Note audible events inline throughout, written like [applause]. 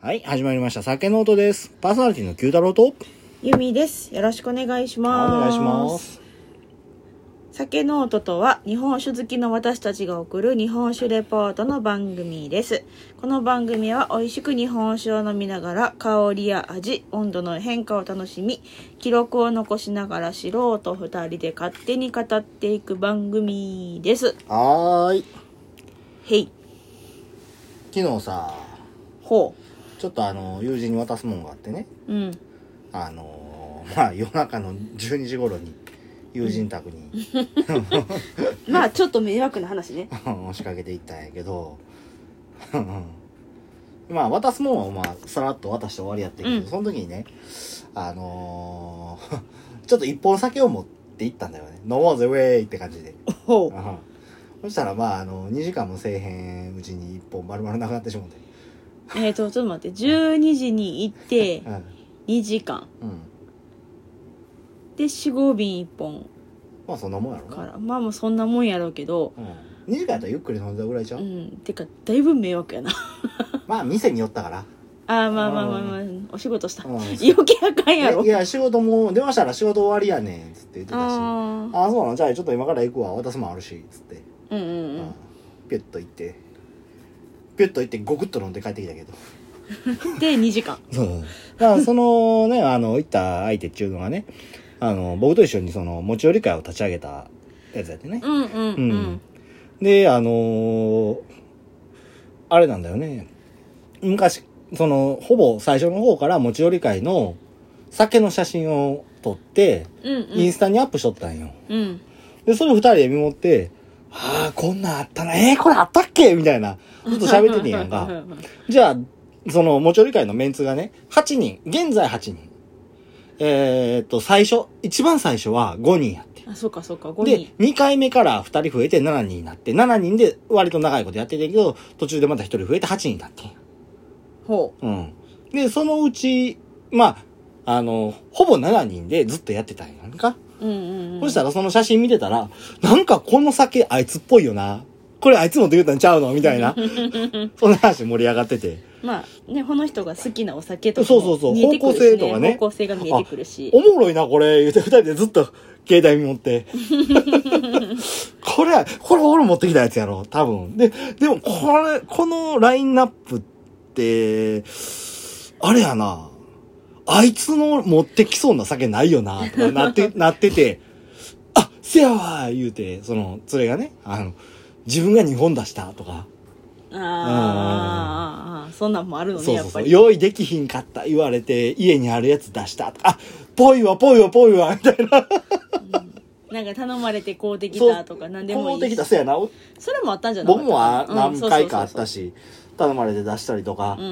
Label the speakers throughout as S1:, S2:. S1: はい、始まりました。酒の音です。パーソナリティの九太郎と。
S2: ゆみです。よろしくお願いします。。。酒の音とは日本酒好きの私たちが送る日本酒レポートの番組です。この番組は美味しく日本酒を飲みながら香りや味、温度の変化を楽しみ、記録を残しながら素人二人で勝手に語っていく番組です。
S1: はーい。
S2: へい、
S1: 昨日さ、
S2: ほ
S1: ちょっとあの、友人に渡すもんがあってね。
S2: う。うん。
S1: あのー、まあ夜中の12時頃に友人宅に
S2: まあちょっと迷惑な話ね。
S1: 押しかけていったんやけど、まあ渡すもんはまあさらっと渡して終わりやってんけど、
S2: うん
S1: その時にね、あのー、 [laughs] ちょっと一本酒を持って行ったんだよね。飲もうぜ、ウェイって感じで。
S2: ほう。
S1: うんそしたらまああの2時間もせえへんうちに1本丸々なくなってしもうて
S2: えーと、ちょっと待って、12時に行って
S1: うん、
S2: 2時間。
S1: うん、
S2: で、四合瓶1本。
S1: まあそんなもんやろ
S2: か
S1: な、
S2: らまあまあそんなもんやろうけど
S1: うん、2時間やったらゆっくり飲んだぐらいじゃ、
S2: うんんてかだいぶ迷惑やな [laughs]
S1: まあ店に寄ったから
S2: あーまあまあまあまあお仕事した
S1: うん
S2: 余計あかんやろ
S1: いや仕事も電話したら仕事終わりやねんっつって言ってたしあ
S2: ああ
S1: あそうなのじゃあちょっと今から行くわ渡すもんあるしっつって、
S2: うんうん
S1: う
S2: うんん
S1: ピュッと行ってピュッと行ってゴクッと飲んで帰ってきたけど
S2: で2時間
S1: そう。だからそのね、あの、行った相手っていうのがね、あの、僕と一緒にその、持ち寄り会を立ち上げたやつやってね
S2: う。んうん
S1: う
S2: うんん、
S1: で、あのーあれなんだよね。昔、その、ほぼ最初の方から持ち寄り会の酒の写真を撮って、
S2: うんうん
S1: インスタにアップしとったんよ。
S2: うん
S1: で、それを二人で見守って、ああ、こんなんあったな、えー、これあったっけみたいな、ずっと喋っててんやんか。 [laughs] じゃあ、その、持ち寄り会のメンツがね、8人、現在8人。えー、っと、最初、一番最初は5人やって。
S2: [laughs] あそうかそうか5
S1: で
S2: 人、
S1: 2回目から2人増えて7人になって、7人で割と長いことやってたけど、途中でまた1人増えて8人になってん。
S2: ほ
S1: うん。で、そのうち、まあ、あの、ほぼ7人でずっとやってたんやんか。
S2: ううんうんうん
S1: そしたらその写真見てたら、なんかこの酒あいつっぽいよな。これあいつも出てたんちゃうのみた
S2: [laughs]
S1: いな。そんな話盛り上がってて。
S2: [laughs] まあねこの人が好きなお酒とか
S1: そうそうそう
S2: 見えてくる
S1: 方向
S2: し
S1: 性とかね
S2: 方向性が見えてくるし
S1: おもろいな、これ、言うて、二人でずっと携帯見持って。 [laughs] これ、これ俺持ってきたやつやろ、多分。で、でも、これ、このラインナップって、あれやな、あいつの持ってきそうな酒ないよな、とかなって、 [laughs] なってて、あ、せやわ、言うて、その、連れがね、あの、自分が2本出した、とか。
S2: あーあーあーそんなんもあるのね
S1: そう
S2: や
S1: そう
S2: っ
S1: そ
S2: ぱ
S1: う。
S2: り
S1: 用意できひんかった言われて、家にあるやつ出したとか、あ、ぽいわ、ぽいわ、ぽいわ、みたいな。
S2: なんか頼まれてこうできたとか何でもい
S1: こうで
S2: い
S1: き、
S2: した
S1: せやな。
S2: それもあったんじゃない
S1: 僕もあ何回かあった
S2: し
S1: し、頼まれて出したりとか
S2: う。ん
S1: う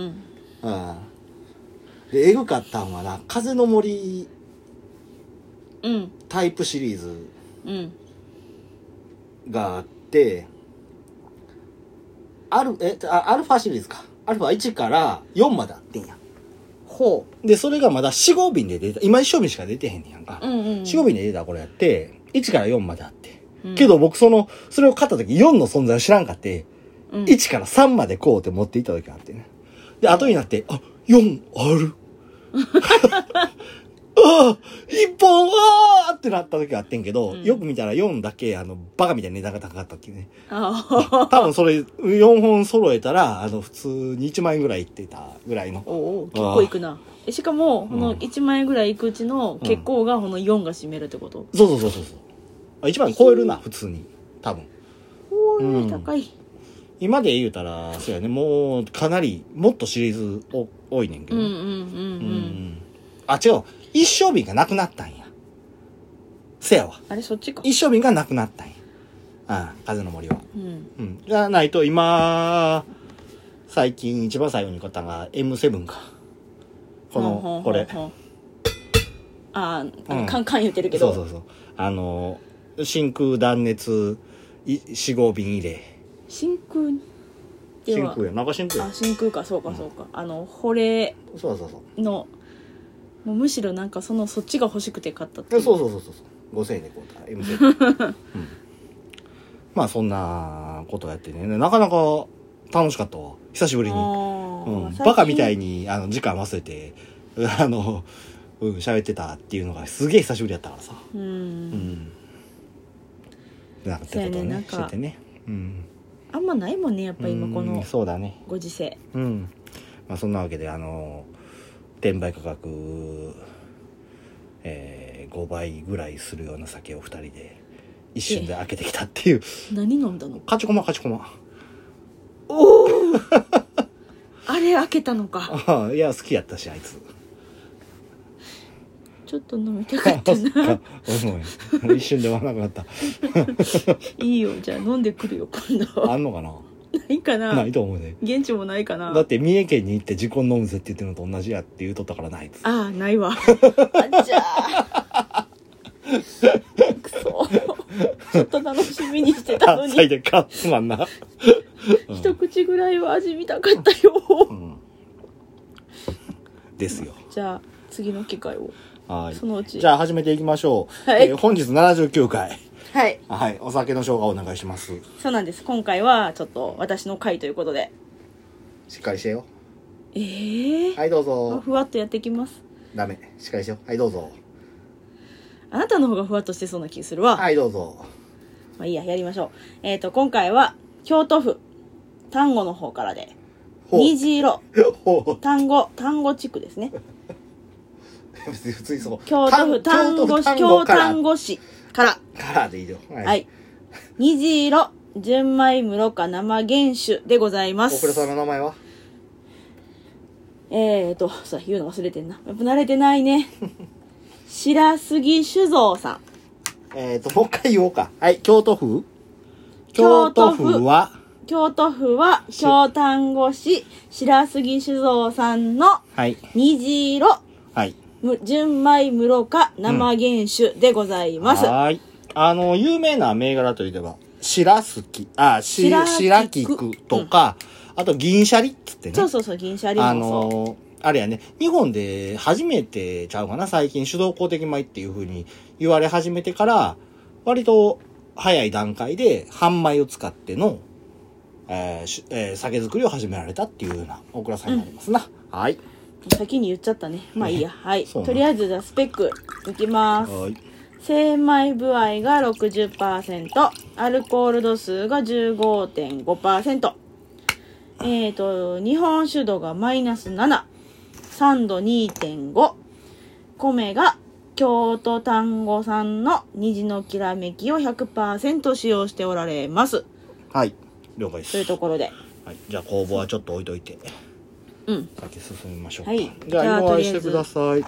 S1: ん。で、えぐかったんはな、風の森
S2: うん
S1: タイプシリーズ
S2: うん
S1: があって、アル、え、あアルファシリーズか。アルファ1から4まであってんや。
S2: ほ
S1: で、それがまだ4、5瓶で出た。今1瓶しか出てへんねやんか。
S2: ううんうんうん
S1: 四五瓶で出たこれやって、1から4まであって。
S2: うん
S1: けど僕その、それを買った時4の存在を知らんかって、
S2: うん
S1: 1から3までこうって持っていった時があってね。で、後になって、あ、4ある。 [laughs] ああ一本あーってなった時があってんけど、
S2: うん
S1: よく見たら4だけ、あの、バカみたいな値段が高かったっていうね。
S2: あ
S1: 多分それ、4本揃えたら、あの、普通に1万円ぐらいいってたぐらいの
S2: お。おう結構いくなえしかもこの
S1: うん
S2: 1万円ぐらいいくうちの結構がこの4が占めるってこと
S1: そうそうそうそうそう。あ、1万円超えるな、普通に。多分。
S2: お
S1: う
S2: ー
S1: ん
S2: 高い
S1: 今で言うたら、そうやね、もう、かなり、もっとシリーズお多いねんけ
S2: う
S1: ど
S2: ん
S1: ね。
S2: うんうん
S1: う
S2: うん
S1: んあ、違う。一升瓶がなくなったんや。せやわ。
S2: あれそっちか
S1: 一升瓶がなくなったんや。ああ、風の森は。
S2: うん
S1: うん。じゃないと、今、最近一番最後に買ったのが M7 か。こ
S2: ほんほ
S1: の
S2: ん、ほ
S1: こ
S2: んほん
S1: れ。
S2: あーあ
S1: うん
S2: のカンカン言ってるけ
S1: そうそ
S2: ど
S1: うそう。あの、真空断熱、い四合瓶入れ。
S2: 真空で
S1: 真
S2: は
S1: 空や。なんか真空や
S2: あ。真空かそうかそうかあの保冷
S1: そうそうそう。
S2: のもうむしろなんかそのそっちが欲しくて買ったってい
S1: え
S2: う
S1: そうそうそうそうそう5000円で買うた M7、うん、
S2: [laughs]
S1: まあそんなことやってねなかなか楽しかったわ久しぶりに
S2: あ
S1: うん
S2: 最近
S1: バカみたいに、あの、時間忘れて、 [laughs] あの、うん、喋ってたっていうのがすげえ久しぶりやったからさ。
S2: う
S1: うんん。なんかってこと
S2: そ
S1: を
S2: うやねなん
S1: ね、
S2: か
S1: しててね。うん。
S2: あんまないもんねやっぱ今こ
S1: うん
S2: の
S1: そうだね。
S2: ご時世
S1: うん。まあ、そんなわけで、あの、転売価格、えー、5倍ぐらいするような酒を2人で、一瞬で開けてきたっていう。
S2: 何飲んだの
S1: 勝ちこま勝ちこま。
S2: おおあれ開けたのか
S1: ああ、いや、好きやったし、あいつ。
S2: ちょっと飲みたか
S1: あ
S2: った
S1: そっ
S2: な
S1: かうんうん一瞬で終わらなかっ
S2: いいよじゃあ飲んでくるよ今
S1: た。あ
S2: 度
S1: んのかな
S2: ないかな
S1: ないと思うね。
S2: 現地もないかな
S1: だって三重県に行って自己飲むぜって言ってるのと同じやって言うとったからなあいつ。
S2: ああない
S1: [laughs]
S2: わあじゃあくそちょっと楽しみにしてたの
S1: あ、最
S2: に
S1: 低か。すまんな。うん
S2: 一口ぐらいは味見たかったよ
S1: うん。ですよ。
S2: じゃあ次の機会を
S1: はい。
S2: そのうち
S1: じゃあ始めていきましょう。
S2: はい
S1: えー本日79回。
S2: はい
S1: はい。お酒の生姜お願いします。
S2: そうなんです今回はちょっと私の回ということで
S1: しっかりしてよ。
S2: ええ
S1: はい、どう
S2: ー、
S1: ぞ。
S2: ふわっとやってきます
S1: ダメ。しっかりしてよ。はい、どうぞ。
S2: あなたの方がふわっとしてそうな気するわ、
S1: はい、どうぞ。
S2: まあいいややりましょうえっ、と今回は京都府丹後の方からで
S1: ほう。
S2: 虹色
S1: ほ
S2: 丹後丹後地区ですね
S1: う。別に普通にそう。
S2: 京都府丹後市京
S1: から
S2: 丹。後市から
S1: カラーでいいよ。は
S2: はい。虹色、純米室か生原酒でございま
S1: おふれさん
S2: す。
S1: の名前は
S2: えーと、そう、言うの忘れてんな。やっぱ慣れてな
S1: [laughs]
S2: いね。白杉酒造さん。
S1: えっ、と、もう一回言おうか。はい、京都府
S2: 京都府
S1: は、
S2: 京都府は、京丹後市、白杉酒造さんの
S1: はい、
S2: 虹色、
S1: はい。
S2: む純米室か生原酒でございます。
S1: はーい。あの、有名な銘柄といえば、白月、あ、し
S2: 白菊
S1: 白菊とか、あと銀シャリっつってね。
S2: そうそうそう、銀シャリもそう。
S1: あのーあれやね、日本で初めてちゃうかな、最近手動公的米っていう風に言われ始めてから、割と早い段階で半米を使っての、えーしえー酒造りを始められたっていうような大倉さんになりますな。はい。
S2: 先に言っちゃったね。まあいいや。はい。
S1: そうな
S2: と
S1: の
S2: りあえず、じゃあスペック、いきます。
S1: はい。
S2: 精米部合が60%アルコール度数が15.5%えー、と日本酒度がマイナス73度2.5米が京都丹後産の虹のきらめきを100%使用しておられます
S1: はい。了解です。
S2: というところで
S1: はい、じゃあ工房はちょっと置いといて
S2: うん
S1: 先進みましょうか、
S2: はい
S1: じゃ
S2: じゃあ
S1: あ色合
S2: と
S1: い
S2: り
S1: し
S2: あえ
S1: て
S2: ず
S1: ください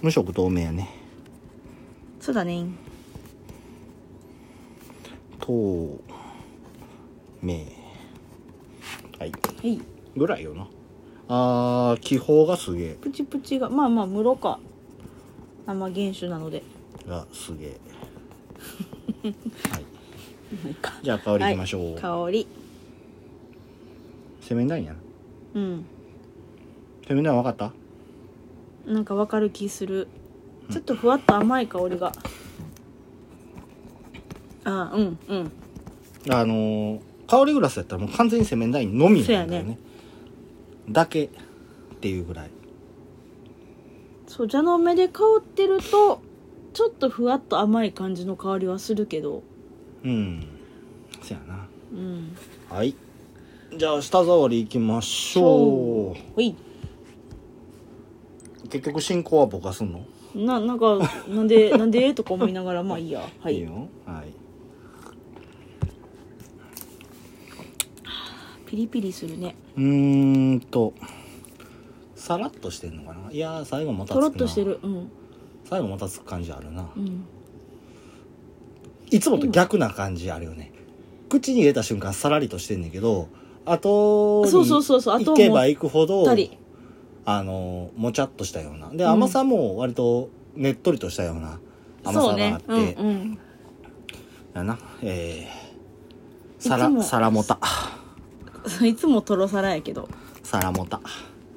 S1: 無色透明やね
S2: そうだね
S1: 透明はい
S2: はい
S1: ぐらいよなあー気泡がすげえ
S2: プチプチがまあまあ室か生原酒なので
S1: がすげえはい
S2: まあいいか
S1: じゃあ香りいきましょう、
S2: はい、香り
S1: 洗面台やな
S2: うん
S1: 洗面台分かった
S2: なんかわかる気するちょっとふわっと甘い香りがあうんうん
S1: あのー、香りグラスやったらもう完全に洗面台のみなんだよね
S2: そうやね
S1: だけっていうぐらい
S2: そう蛇の目で香ってるとちょっとふわっと甘い感じの香りはするけど
S1: うんそやな
S2: うん
S1: はい。じゃあ、舌触りいきましょう。
S2: ほい
S1: 結局、進行はぼかすんの
S2: ななんかなん
S1: [laughs]
S2: でなんでとか思いながらまあいいやはい
S1: いよ。はい。
S2: ピリピリするね
S1: うーんと、さらっとしてんのかないやー、最後もたつ
S2: と
S1: く
S2: ろ
S1: な。
S2: っとして。るうん
S1: 最後もたつく感じあるな
S2: う。ん
S1: いつもと逆な感じあるよね。口に入れた瞬間、さらりとしてんねんけど、後に
S2: そうそうそうそう後
S1: 行
S2: を
S1: けば行くほど
S2: たり、
S1: あの、もちゃっとしたような。で、
S2: うん
S1: 甘さも割とねっとりとしたような甘
S2: そ
S1: さ
S2: う
S1: があ
S2: ね
S1: って。
S2: うんうん
S1: やなえー、
S2: い
S1: さ
S2: つも
S1: らさらもた
S2: [laughs] そういつもとろ皿やけど
S1: さらもた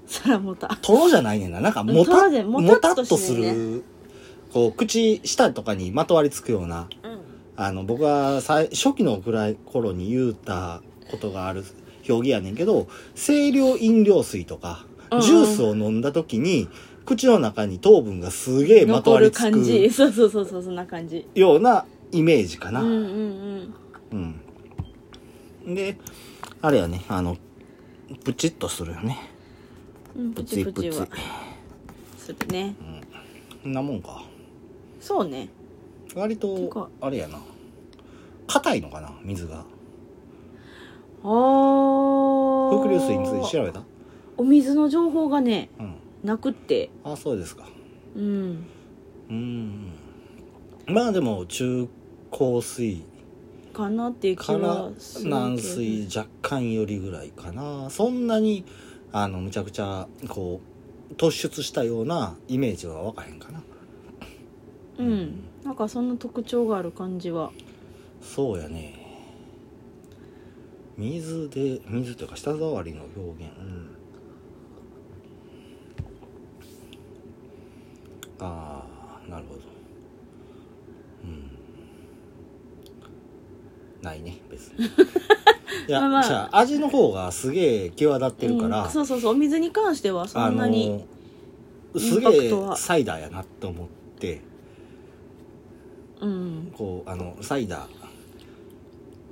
S2: 皿もた
S1: とろじゃないねんななんかも
S2: と
S1: た
S2: ろでもたっと
S1: もたっとす
S2: してる
S1: るこう口舌とかにまとわりつくような
S2: うん
S1: あの僕が最初期のぐらい頃に言うたことがある表現やねんけど、清涼飲料水とか
S2: うんう、ん
S1: ジュースを飲んだ時に、口の中に糖分がすげえまと
S2: 残
S1: わり
S2: る
S1: つく
S2: 感じそうそうそうそうそんな感じ
S1: ようなイメージか
S2: う
S1: な。
S2: んうん
S1: うん。で、あれやね、あの、プチッとするよね。
S2: うんうんプ
S1: プ
S2: チ
S1: チ
S2: プ
S1: プ
S2: チ
S1: チ。
S2: はするね
S1: そんなもんか。
S2: そうね
S1: 割
S2: てか
S1: と、あれやな。硬いのかな、水が。
S2: あー
S1: 伏流水について調べた
S2: お水の情報がね
S1: うん。
S2: なくって
S1: あ、そうですか。
S2: うん
S1: うん。まあでも、中硬水
S2: かなっていう気
S1: から
S2: はするけど
S1: 軟水若干よりぐらいかな。そんなに、あの、むちゃくちゃ、こう、突出したようなイメージはわかへんかな。
S2: うんなんかそんな特徴がある感じは
S1: そうやね水で水というか舌触りの表現、うん、ああなるほどうんないね別
S2: [laughs]
S1: にいや、
S2: まあまあ
S1: じゃあ味の方がすげえ際立ってるから、
S2: うんそうそうそうお水に関してはそんなに、
S1: あの
S2: イ
S1: す
S2: ンパ
S1: げ
S2: ク
S1: え
S2: トは
S1: サイダーやなと思って
S2: うん
S1: こうあのサイダー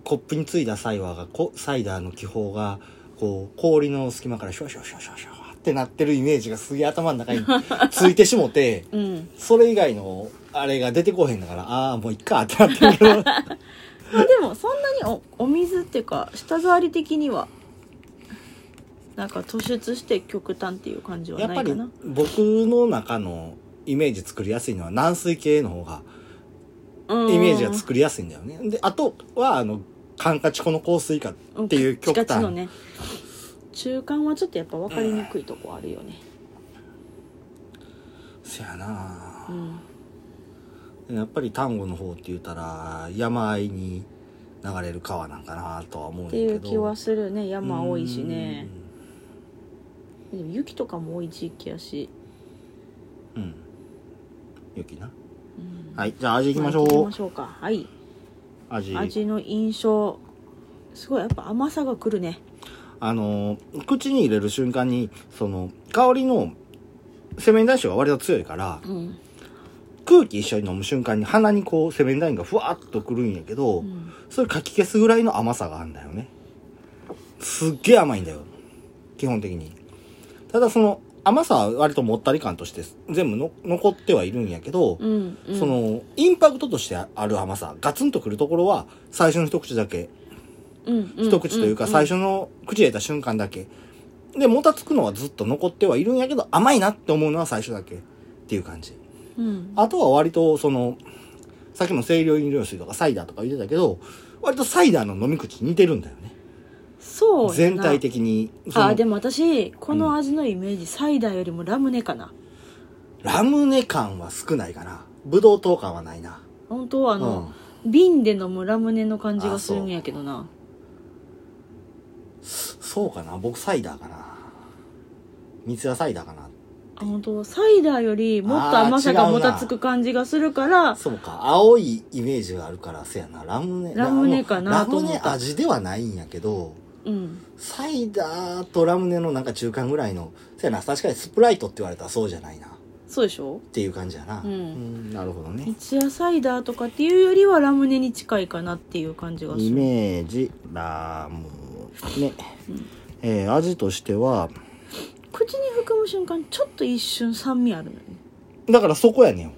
S1: コップについたサイダーがこサイダーの気泡がこう氷の隙間からシュワシュワシュワシュワシュワってなってるイメージがすげえ頭の中
S2: [laughs]
S1: についてしもて
S2: うん
S1: それ以外のあれが出てこへんだからああもういっかってなってるけど
S2: まあでもそんなにおお水っていうか舌触り的にはなんか突出して極端っていう感じは
S1: やっ
S2: な
S1: ぱ
S2: いか
S1: り
S2: な
S1: 僕の中のイメージ作りやすいのは軟水系の方が
S2: うん
S1: イメージが作りやすいんだよねであとはあのカンカチコの香水かっていう極
S2: カチカチ
S1: 端
S2: のね中間はちょっとやっぱ分かりにくいとこあるよね
S1: せやな
S2: うん、
S1: やっぱり丹後の方って言ったら山あいに流れる川なんかなとは思うん
S2: っ
S1: だ
S2: て
S1: けど
S2: いう気はするね山多いしねでも雪とかも多い地域やし、
S1: うんうん雪な
S2: うん
S1: はいじゃあ味いきまし
S2: あ行き
S1: ょう
S2: ましょうかはい
S1: 味
S2: 味の印象すごいやっぱ甘さがくるね
S1: あのー口に入れる瞬間にその香りのセメンダイシが割と強いから
S2: うん、
S1: 空気一緒に飲む瞬間に鼻にこうセメンダインがふわっとくるんやけど、
S2: うん、
S1: それかき消すぐらいの甘さがあるんだよねすっげえ甘いんだよ基本的にただその甘さは割ともったり感として全部の残ってはいるんやけど、
S2: うんうん
S1: そのインパクトとしてある甘さガツンとくるところは最初の一口だけ、
S2: うんうん
S1: 一口というか
S2: ん
S1: 最初の口入れた瞬間だけでもたつくのはずっと残ってはいるんやけど甘いなって思うのは最初だけっていう感じ
S2: うん
S1: あとは割と、その、さっきも清涼飲料水とかサイダーとか言ってたけど、割とサイダーの飲み口似てるんだよね。
S2: そうやな
S1: 全体的に。その
S2: あでも私この味のイメージ、サイダーよりもラムネかな
S1: ラムネ感は少ないかな。ブドウ糖感はないな。
S2: 本当はあ
S1: う
S2: の
S1: ん、。
S2: 瓶で飲むラムネの感じがするんやけどな
S1: そうかな。僕サイダーかな。三ツ矢サイダーかな。
S2: あ本当サイダーよりもっと甘さがもたつく感じがするから
S1: そうか。青いイメージがあるから、せやな。ラムネ。
S2: ラムネかな
S1: ラム
S2: と思
S1: ネ
S2: った
S1: 味ではないんやけど、
S2: うん
S1: サイダーとラムネのなんか中間ぐらいの、せやな。確かにスプライトって言われたらそうじゃないな。
S2: そうでしょ
S1: っていう感じやな、
S2: うん
S1: なるほどね
S2: 三ツ矢サイダーとかっていうよりはラムネに近いかなっていう感じがす
S1: イ
S2: る
S1: メージラムね、えー味としては
S2: 口に含む瞬間ちょっと一瞬酸味あるのよね
S1: だからそこやねん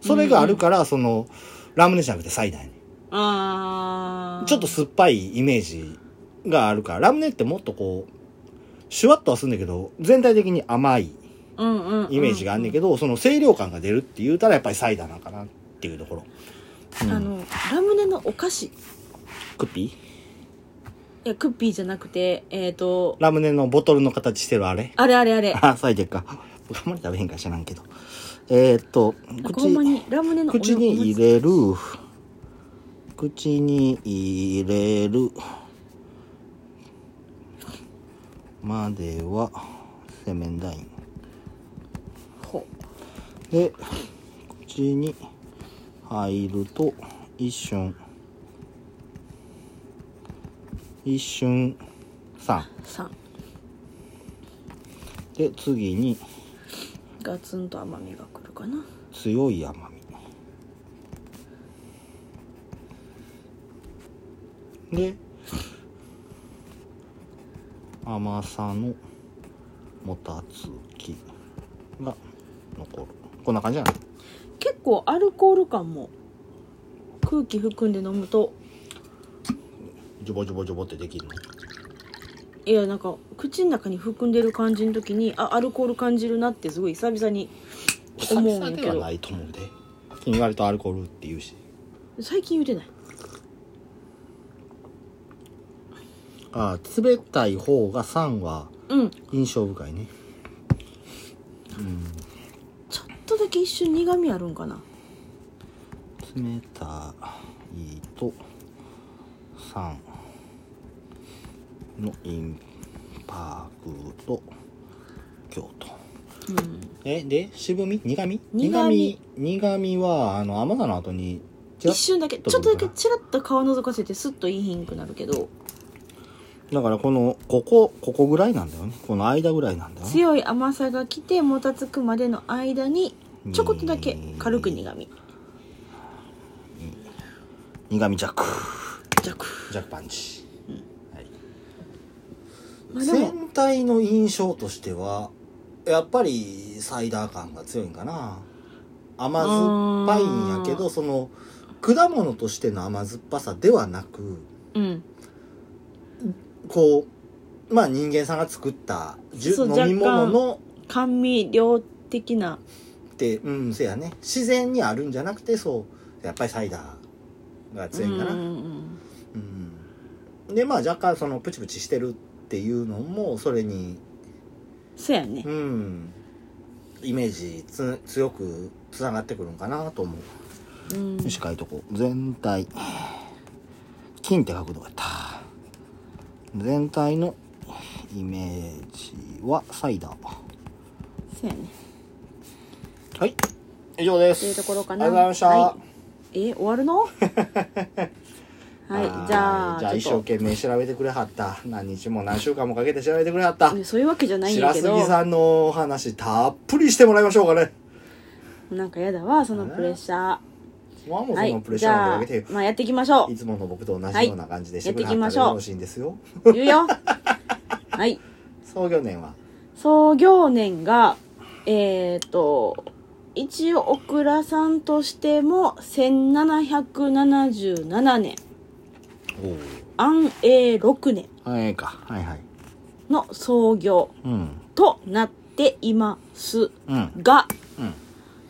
S1: それがあるから、そのラムネじゃなくてサイダーやね
S2: あー
S1: んちょっと酸っぱいイメージがあるからラムネってもっとこうシュワッとはするんだけど全体的に甘い
S2: うんうんうん
S1: イメージがあんねんけど、その清涼感が出るって言うたらやっぱりサイダーなんかなっていうところうん
S2: あのラムネのお菓子い
S1: クッピー
S2: やクッピーじゃなくてえっ、と
S1: ラムネのボトルの形してるあれ
S2: あれあれあれ
S1: あ、サイデーか。僕あんまり食べへんから知らんけど。えー、っと、
S2: ほんまに
S1: 口、
S2: ラムネのお
S1: 口に入れる、口に入れる、までは、セメンダイン。
S2: ほ
S1: で、口に入ると、一瞬、一瞬、 3。
S2: 3
S1: で、次に、
S2: ガツンと甘みがくるかな
S1: 強い甘み。で、甘さのもたつきが残る。こんな感じじゃない
S2: 結構アルコール感も空気含んで飲むと
S1: ジョボジョボジョボってできるの。
S2: いやなんか口の中に含んでる感じの時にあアルコール感じるなってすごい久々に
S1: 久
S2: 思うん
S1: 々
S2: や
S1: で
S2: け
S1: は
S2: ど
S1: ないと思うで。君割とアルコールって言うし。
S2: 最近言うてない
S1: ああ、冷たい方が3は
S2: うん
S1: 印象深いね。
S2: ちょっとだけ一瞬苦味あるんかな
S1: 冷たいと3のインパクト京都
S2: うん
S1: えで渋み苦み
S2: 苦味
S1: 苦みはあの甘さの後にちら
S2: 一
S1: っ
S2: 瞬だけちょっとだけチラッと顔覗かせてスッといいひんくなるけど
S1: だからこのここここぐらいなんだよねこの間ぐらいなんだよね
S2: 強い甘さが来てもたつくまでの間にちょこっとだけ軽く苦味
S1: 苦みジャック
S2: 弱
S1: ジャックパンチ、はい
S2: まあでも
S1: 全体の印象としてはやっぱりサイダー感が強いんかな甘酸っぱいんやけ
S2: あー
S1: どその果物としての甘酸っぱさではなく
S2: うん
S1: こうまあ人間さんが作ったジ
S2: そう
S1: ュ飲み物の
S2: 甘味料的な
S1: ってうんせやね自然にあるんじゃなくてそうやっぱりサイダーが強いんかな
S2: うんうん
S1: うんでまあ若干そのプチプチしてるっていうのもそれに
S2: そうやね
S1: うんイメージつ強くつながってくるんかなと思う
S2: うん
S1: 短いとこ全体金って角度やった全体のイメージはサイダー
S2: そうやね
S1: はい以上です
S2: というところかな
S1: ありがとうございました、
S2: はい、え終わ
S1: [laughs]
S2: るのはいじゃあ
S1: じゃあ一
S2: ち
S1: 生
S2: ょっと
S1: 懸命調べてくれはった何日も何週間もかけて調べてくれはった
S2: そういうわけじゃないん
S1: 白
S2: やけど
S1: 杉さんのお話たっぷりしてもらいましょうかね
S2: なんかやだわそのプレッシャ
S1: ワン
S2: ー
S1: もそ
S2: は
S1: の
S2: い
S1: プレッシ
S2: じ
S1: ャーな
S2: ゃ
S1: ん
S2: あ
S1: かけて、
S2: まあやっていきましょ
S1: い、つもの僕と同じような感じでしてくれはったらよろしいんですよ [laughs]
S2: う言うよはい
S1: 創業年は
S2: 創業年がえっ、ー、と一応オクラさんとしても1777年安永6年
S1: はいかはいはい
S2: の創業
S1: うん
S2: となっています
S1: うん
S2: が
S1: うん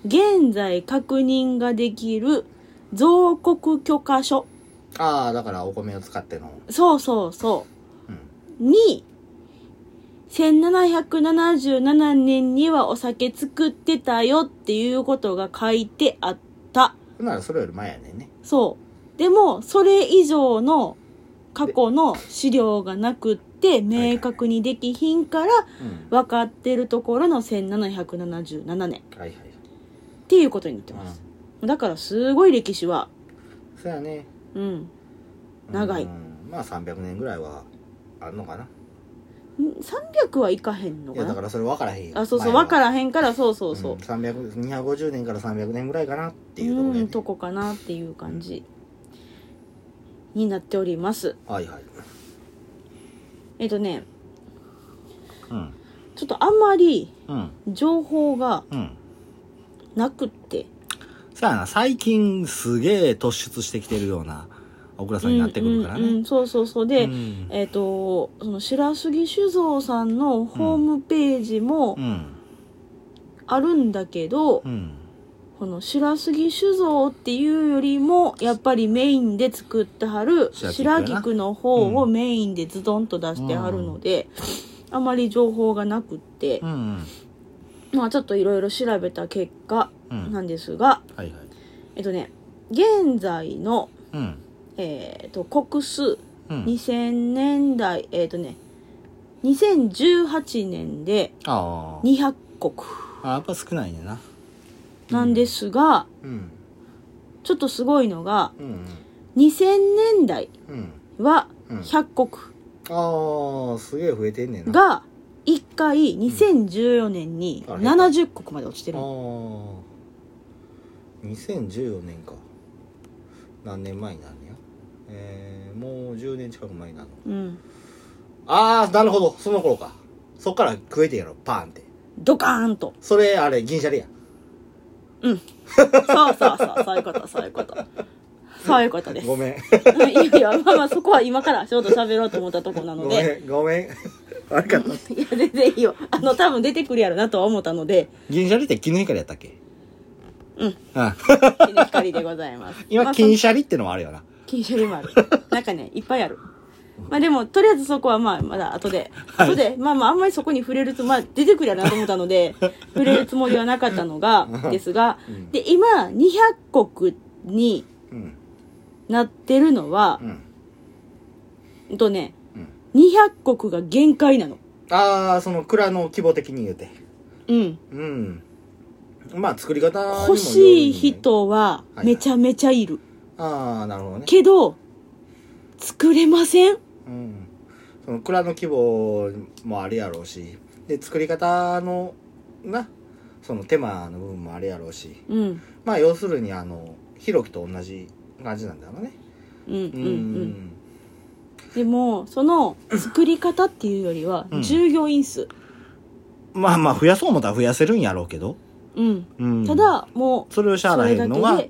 S2: 現在確認ができる造国許可書
S1: ああだからお米を使っての
S2: そうそうそう、に1777年にはお酒作ってたよっていうことが書いてあった
S1: ほんならそれより前やねんね
S2: そうでもそれ以上の過去の資料がなくって明確にできひんから
S1: うん
S2: 分かってるところの1777年っ
S1: はいはい
S2: ていうことになって
S1: う
S2: ます、
S1: ん
S2: だからすごい歴史は
S1: そうやね
S2: うん長い
S1: うんまあ300年ぐらいはあんのかなん
S2: 300はいかへんの
S1: い
S2: か
S1: やだか
S2: な
S1: らそれ分からへんよ
S2: あそうそう
S1: 前は
S2: 分からへんからそうそうそう、
S1: ん300 250年から300年ぐらいかなっていうところ
S2: う
S1: で、
S2: んとこかなっていう感じになっております
S1: はいはい
S2: えっとね
S1: うん
S2: ちょっとあんまり
S1: うん
S2: 情報が
S1: うん
S2: なくって
S1: さあな最近すげえ突出してきてるような小倉さんになってくるからね、
S2: うんうんうんそうそうそうで、
S1: うん
S2: えっ、とその白杉酒造さんのホームページも
S1: うん
S2: あるんだけど、
S1: うん
S2: この白杉酒造っていうよりもやっぱりメインで作ってはる
S1: 白
S2: 白
S1: 菊な
S2: 菊の方をメインでズドンと出してはるので、あまり情報がなくって
S1: う、ん
S2: まあちょっといろいろ調べた結果
S1: うん
S2: なんですが、
S1: はいはい
S2: えっとね現在の、
S1: うん
S2: えー、と国数
S1: うん
S2: 2000年代えっ、とね2018年で
S1: あー
S2: 200国
S1: あやっぱ少ないねんな
S2: なんですが、
S1: うん
S2: ちょっとすごいのが
S1: うん
S2: 2000年代
S1: うん
S2: は
S1: うん
S2: 100国、
S1: ああ、すげえ増えてんねんな。あ
S2: が1回2014年に
S1: あれか
S2: 70国まで落ちて
S1: あ
S2: る
S1: ー。2014年か。何年前になるんや。えー、もう10年近く前になるの。
S2: うん
S1: ああ、なるほど。その頃か。そっから食えてんやろ、パーンって。
S2: ドカーンと
S1: それ、あれ、銀シャリや。
S2: そうそうそうそういうことそういうことそういうことです [laughs]
S1: ごめん。
S2: うんいやいやまあまあそこは今からちょうど喋ろうと思ったとこな
S1: ご
S2: の
S1: め
S2: で
S1: ん、ごめん。 [laughs] 悪かった。
S2: いや全然いいよあの多分出てくるやろなとは思ったので
S1: 銀シャリって昨日からやったっけ
S2: うん
S1: あ
S2: [laughs] 光でございます
S1: [laughs]
S2: ま
S1: 今、
S2: あそん
S1: 金シャリってのもあるよな。
S2: 禁酒でもある。なんかね、いっぱいある。まあでも、とりあえずそこはまあ、まだ後で。
S1: はい
S2: 後で、まあまあ、あんまりそこに触れるつ、まあ、出てくるやなと思った
S1: [laughs]
S2: ので、触れるつもりはなかったのが、ですが、
S1: うん
S2: で、今、200国に
S1: うん。
S2: なってるのは
S1: う、ん。
S2: うんとね、
S1: うん。
S2: 200国が限界なの。
S1: ああ、その蔵の規模的に言うて。
S2: うん。
S1: うん。まあ、作り方にもよるんで
S2: 欲しい。人は、めちゃめちゃいる。
S1: ああ、なるほどね。
S2: けど、作れません。
S1: うん。その蔵の規模もあるやろうし、で、作り方の、な、その手間の部分もあるやろうし、
S2: うん。
S1: まあ、要するに、あの、ひろきと同じ感じなんだろうね。
S2: うん、うん、う。
S1: うんん。
S2: でも、その、作り方っていうよりは
S1: う、ん
S2: 従業員数。
S1: まあまあ、増やそう思ったら増やせるんやろうけど。
S2: うん。
S1: うん
S2: た、だ、もう、
S1: それをしゃあ
S2: そ
S1: らへ
S2: れだ
S1: んの
S2: けで
S1: が、
S2: っ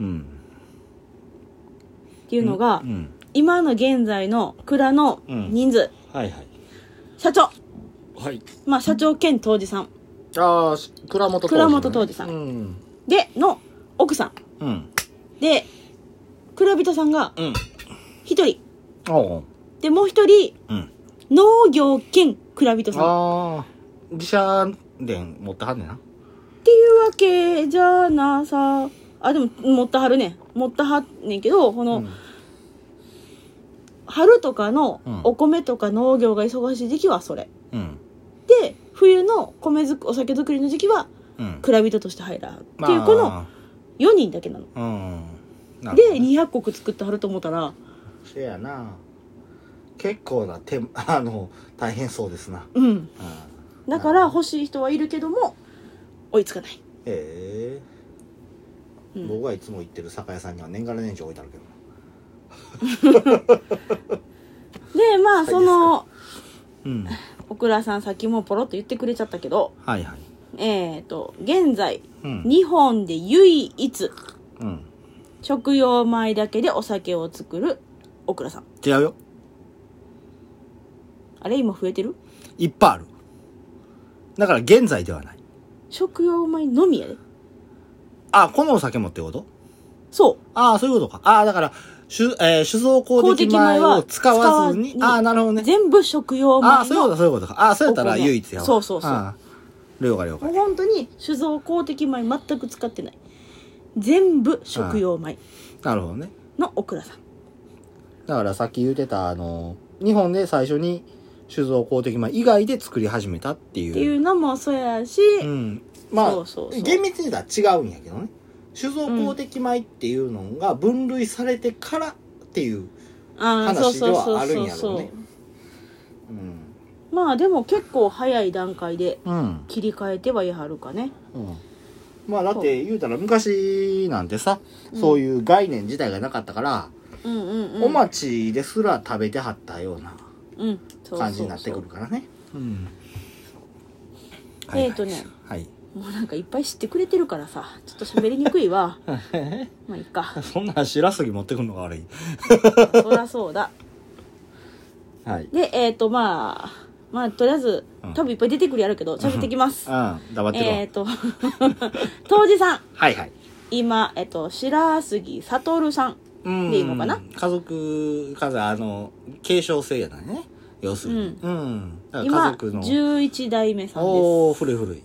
S1: うん。
S2: ていうのが、
S1: うん。
S2: 今の現在の蔵の人数、
S1: はいはい。
S2: 社長、
S1: はい。
S2: まあ社長兼当時さん
S1: ああ、し蔵元当時、
S2: 蔵元当時さん
S1: うん。
S2: で、の奥さん
S1: うん。
S2: で、蔵人さんが
S1: うん。
S2: 一人、
S1: おう。
S2: で、もう一人、
S1: うん。
S2: 農業兼蔵人さんっ
S1: ああ、自社電持ってはんねんな。
S2: ていうわけじゃなさ、あ、でも持ったはるね。持ったはんねんけど、この、
S1: うん
S2: 春とかの
S1: うん
S2: お米とか農業が忙しい時期はそれ。
S1: うん。
S2: で、冬の米づく、お酒作りの時期は
S1: うん。
S2: 蔵人として入らんって
S1: ま
S2: いう、この
S1: あ、
S2: 4人だけなの。
S1: うん。なるほ
S2: で、
S1: どね
S2: 200国作ってはると思ったら、
S1: せやな。結構な手、 [laughs] あの、大変そうですな。
S2: うん。
S1: うん
S2: だから、欲しい人はいるけども、追いつかない。
S1: ええ
S2: うん
S1: 僕はいつも行ってる酒屋さんには年がら年中置いてあるけど。
S2: で、まあ、その、
S1: うん。
S2: 小倉さんさっきもポロッと言ってくれちゃったけど、
S1: はいはい。
S2: えっ、と、現在、
S1: うん。
S2: 日本で唯一、
S1: うん。
S2: 食用米だけでお酒を作る小倉さん。
S1: 違うよ。
S2: あれ今増えてる
S1: いっぱいある。だから現在ではない。
S2: 食用米のみやで。
S1: あ、このお酒もってこと
S2: そ
S1: ああ、そういうことか。ああ、だから、酒、えー、酒造工的米を使わずに
S2: 使わず。に
S1: ああ、なるほど
S2: う。
S1: ね。
S2: 全部食用米の。
S1: ああ、そういうことか、そういうことか。ああ、そうやった
S2: お
S1: ら
S2: 米
S1: 唯一やわ。
S2: そうそうそう
S1: ああ了解了
S2: もう
S1: 解。
S2: 本当に酒造公的米全く使ってない全部食用米
S1: なるほどね。
S2: のオクラさん
S1: だからさっき言ってた、あの、日本で最初に酒造工的米以外で作り始めたっていう。
S2: っていうのもそうやし、
S1: うん。まあ、
S2: そうそうそう
S1: 厳密に言ったら違うんやけどね。酒造工的米っていうのが分類されてからっていう。
S2: ああそう
S1: 話で
S2: そう
S1: は
S2: そ
S1: あ
S2: う
S1: るん
S2: そう
S1: やろう
S2: そ
S1: ね
S2: う
S1: うん。
S2: まあでも結構早い段階で
S1: うん。
S2: 切り替えてはいはるかね
S1: うんまあだって言うたら昔なんてさ、そういう概念自体がなかったから、
S2: うんうんうん
S1: お待ちですら食べてはったような
S2: うんそうそうそう
S1: 感じになってくるからね。うん
S2: えーとね。
S1: はい。 [laughs]
S2: もうなんかいっぱい知ってくれてるからさちょっと喋りにくい
S1: [laughs]
S2: わまあいいか
S1: そんな白杉持ってくるのが悪い。
S2: そりゃそうだ
S1: はい。
S2: でえっ、ー、とまあまあとりあえず
S1: うん
S2: 多分いっぱい出てくるやるけど喋ってきます
S1: うん、黙ってるわ。
S2: えっ、ー、と [laughs] 当時さん
S1: はいはい。
S2: 今、えっと、白杉悟さん。
S1: うん
S2: でいいのかな
S1: 家族、家族、あの、継承制やなね。要するに。うん。だから家
S2: 今、
S1: 族の。
S2: 11代目さんです。
S1: おー、古い古い。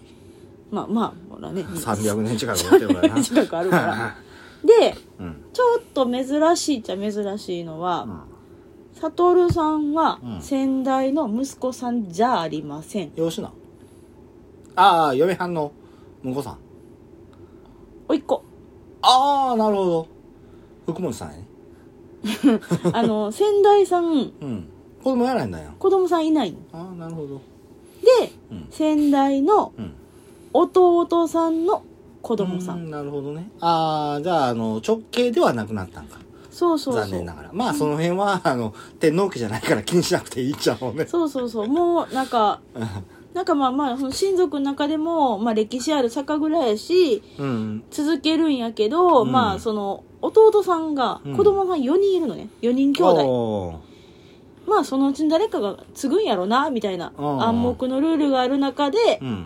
S2: まあまあ、ほらね。
S1: 300年近く持ってる
S2: [laughs]
S1: からな。
S2: 近くあ
S1: [laughs]
S2: るから。で、
S1: うん。
S2: ちょっと珍しいっちゃ珍しいの
S1: う
S2: は、
S1: ん
S2: 悟さんは
S1: う、ん
S2: 先代の息子さんじゃありません。
S1: 養子なんああ嫁はんの婿さん
S2: おい
S1: [laughs]
S2: っ子。
S1: ああなるほど福本さんやね
S2: あの、先代さん、
S1: うん子供やらへんだよ。
S2: 子供さんいないの
S1: ああ、なるほど。
S2: で、
S1: うん
S2: 先代の
S1: うん。
S2: 弟さんの子
S1: 子
S2: 供さん。
S1: なるほどね。ああ、じゃあ、あの、直系ではなくなったんか。
S2: そうそうそう。
S1: 残念ながら。まあ、その辺は、あの、天皇家じゃないから気にしなくていいんちゃうね。
S2: そうそうそう。もう、なんか、なんかまあまあ、その親族の中でも、まあ歴史ある酒蔵やし、
S1: うん。
S2: 続けるんやけど、
S1: うん
S2: まあその、弟さんが
S1: うん、
S2: 子供さん4人いるのね。4人兄弟。
S1: 弟。
S2: まあそのうちに誰かが継ぐんやろな、みたいな
S1: うん
S2: 暗黙のルールがある中で
S1: う、ん。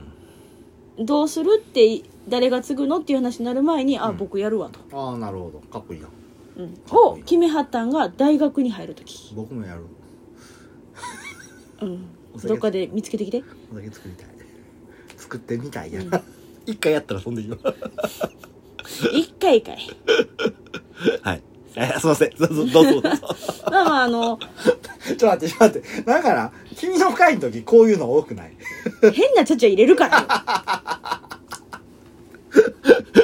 S2: どうするって、誰が継ぐのっていう話になる前に、あ、僕やるわと。
S1: ああ、なるほど。かっこいいな。
S2: うん
S1: かっこ
S2: を
S1: いいな
S2: 決めはったんが大学に入るとき、
S1: 僕もやる。
S2: うん
S1: お、酒
S2: どっかで見つけてきて
S1: お酒作りたい。 [laughs] 作ってみたいやな。 [laughs] 一回やったらそんでいいわ。
S2: 一回かい
S1: [laughs] はい。えーすいません。 [laughs] どうぞ、どうぞ。どうぞ
S2: まあまああの
S1: ちょっと待って、ちょっと待って。だから、君の会の時、こういうの多く [laughs] ない
S2: 変なちゃちゃ入れるからよ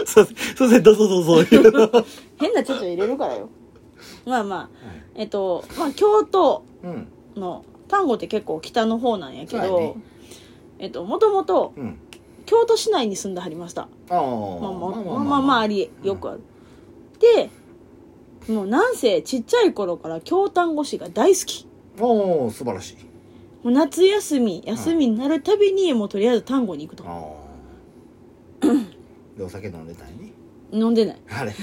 S1: すいません、すいません、どうぞどうぞ。いうのはい
S2: 変なちゃちゃ入れるからよまあまあえっと、まあ、京都
S1: [laughs] うん。
S2: の丹後って結構北の方なんや
S1: そ
S2: け
S1: うや
S2: ど
S1: ね
S2: えっと、もともと
S1: うん。
S2: 京都市内に住んではりました
S1: ああ。
S2: まあまあまあまあまあありよくある、でもうなんせちっちゃい頃から京丹後市が大好き
S1: おお素晴らしい
S2: もう夏休み休みになるたびにもうとりあえず丹後に行くと
S1: ああ
S2: [coughs]
S1: でお酒飲んでたんやね
S2: 飲んでない
S1: あれ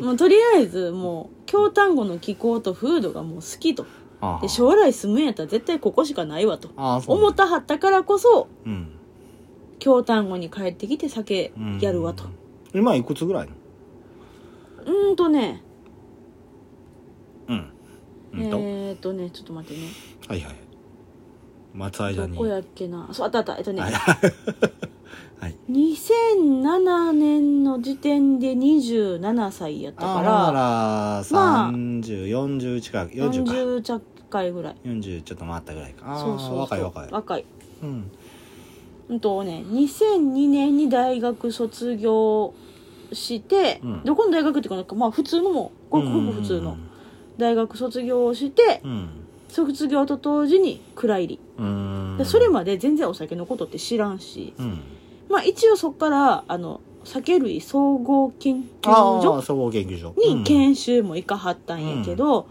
S2: もうとりあえずもう京丹後の気候と風土がもう好きと
S1: あ
S2: で将来住むんやったら絶対ここしかないわと
S1: ああそう
S2: 思ったはったからこそ
S1: うん
S2: 京丹後に帰ってきて酒
S1: うん
S2: やるわと
S1: 今いくつぐらいの
S2: うーんとね
S1: うん
S2: え
S1: うんと、
S2: ーっとねちょっと待ってね
S1: はいはい待つ間
S2: ど
S1: に
S2: こやっけなそうあったあったえっとね
S1: はい [laughs] はい
S2: 2007年の時点で27歳やった
S1: あ
S2: か
S1: あだからら
S2: まあ
S1: 3040近く40か
S2: 40着回ぐらい
S1: 40ちょっと回ったぐらいかああ
S2: そうそうそう
S1: 若い若い
S2: 若い
S1: うん
S2: うんとね2002年に大学卒業して、
S1: うん
S2: どこの大学っていうかまあ普通のもごくごく普通の大学卒業して
S1: うん
S2: 卒業と同時に蔵入り、
S1: うん
S2: でそれまで全然お酒のことって知らんし
S1: うん
S2: まあ一応そこからあの酒類総合研究
S1: ああ
S2: 所
S1: 総合研究所
S2: に
S1: うん
S2: 研修も行かはったんやけど、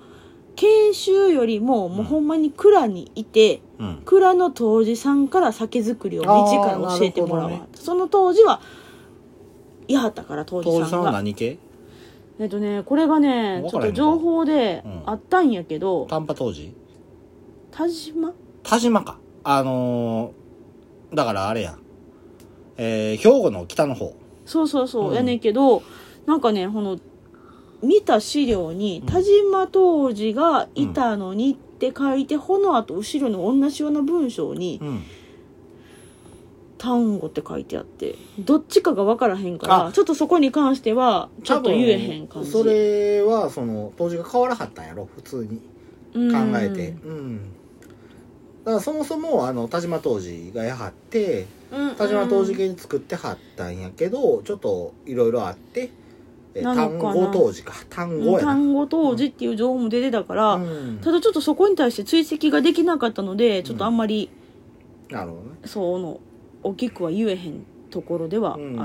S2: 研修よりももうほんまに蔵にいて、
S1: うん
S2: 蔵の杜氏さんから酒造りを一から教えてもらうわ、
S1: あーなるほ
S2: その当時はやはったから杜
S1: 当時
S2: 氏
S1: さ
S2: さん
S1: んは
S2: が
S1: 何系
S2: えっとねこれがね
S1: わ
S2: ち
S1: か
S2: ょっ
S1: らへんの
S2: と
S1: か
S2: 情報で
S1: うん
S2: あったんやけど、
S1: 短波当時
S2: 田島
S1: 田島か。あのー、だからあれやん。えー、兵庫の北の方。
S2: そうそうそう、
S1: うん
S2: やねんけどなんかねこの見た資料に
S1: うん
S2: 「田島当時がいたのに」って書いて、ほのあと後ろの同じような文章に
S1: うん。
S2: 「丹後」って書いてあってどっちかが分からへんから
S1: あ
S2: ちょっとそこに関してはちょっと言えへん感じ
S1: それは、その、当時が変わらはったんやろ、普通に
S2: うん
S1: 考えて。うん。だからそもそも、あの、田島当時がやはって、
S2: うん
S1: 田島当時系で作ってはったんやけど、ちょっといろいろあって、え
S2: なの
S1: 単
S2: かな
S1: 語当時か。単
S2: う
S1: 語
S2: ん
S1: やな。
S2: 単語当時っていう情報も出てたから、
S1: うん。
S2: ただちょっとそこに対して追跡ができなかったのでちょっとあんまり
S1: なるほどね。
S2: その大きくは言えへんところではある、
S1: うん。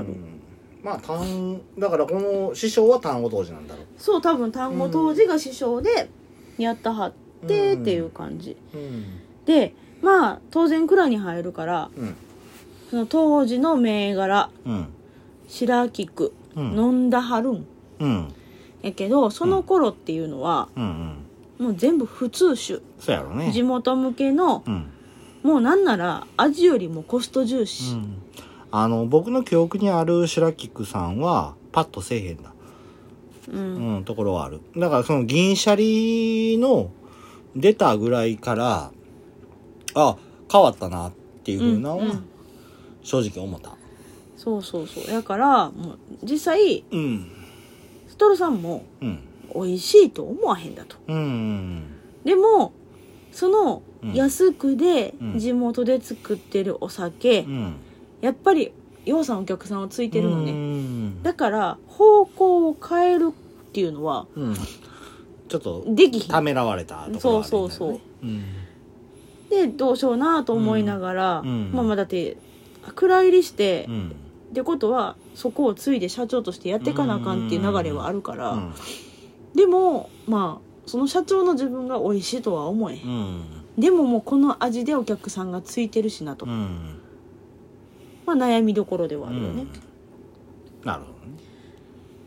S1: まあ、単、だからこの師匠は単語当時なんだろ
S2: そう多分単語当時が師匠でやったはってっていう感じ、
S1: う。うん。
S2: でまあ当然蔵に入るから
S1: うん。
S2: その当時の銘柄
S1: うん。
S2: 白菊、
S1: うん
S2: 飲んだはるん
S1: うん。
S2: やけどその頃っていうのは、
S1: うんうん。
S2: もう全部普通酒
S1: そうやろね。
S2: 地元向けの
S1: うん。
S2: もうなんなら味よりもコスト重視、
S1: あの、僕の記憶にある白菊さんは、パッとせえへんだ。
S2: う
S1: うんん、ところはある。だからその銀シャリの出たぐらいから、あ、変わったなっていうふうなの
S2: うんう
S1: は
S2: ん、
S1: 正直思った。
S2: そうそうそうだからもう実際
S1: うん。
S2: ストロさんも
S1: うん。
S2: 美味しいと思わへんだと
S1: うん。
S2: でもその
S1: うん
S2: 安くで
S1: うん
S2: 地元で作ってるお酒、
S1: うん。
S2: やっぱり洋さんお客さんをついてるのね、
S1: うん。
S2: だから方向を変えるっていうのは
S1: うん。ちょっと
S2: できひ
S1: た
S2: ん
S1: めらわれたところはあるんだよね
S2: そうそうそう
S1: うん
S2: でどうしようなと思いながら、
S1: うんうん
S2: まあまあだって蔵入りして、
S1: う
S2: っ
S1: ん
S2: てことはそこを継いで社長としてやっていかなあかんっていう流れはあるから、
S1: うん
S2: でもまあその社長の自分が美味しいとは思えへん、
S1: うん
S2: でももうこの味でお客さんがついてるしなと、
S1: うん
S2: まあ悩みどころではあるよ
S1: う
S2: ね
S1: ん、なるほ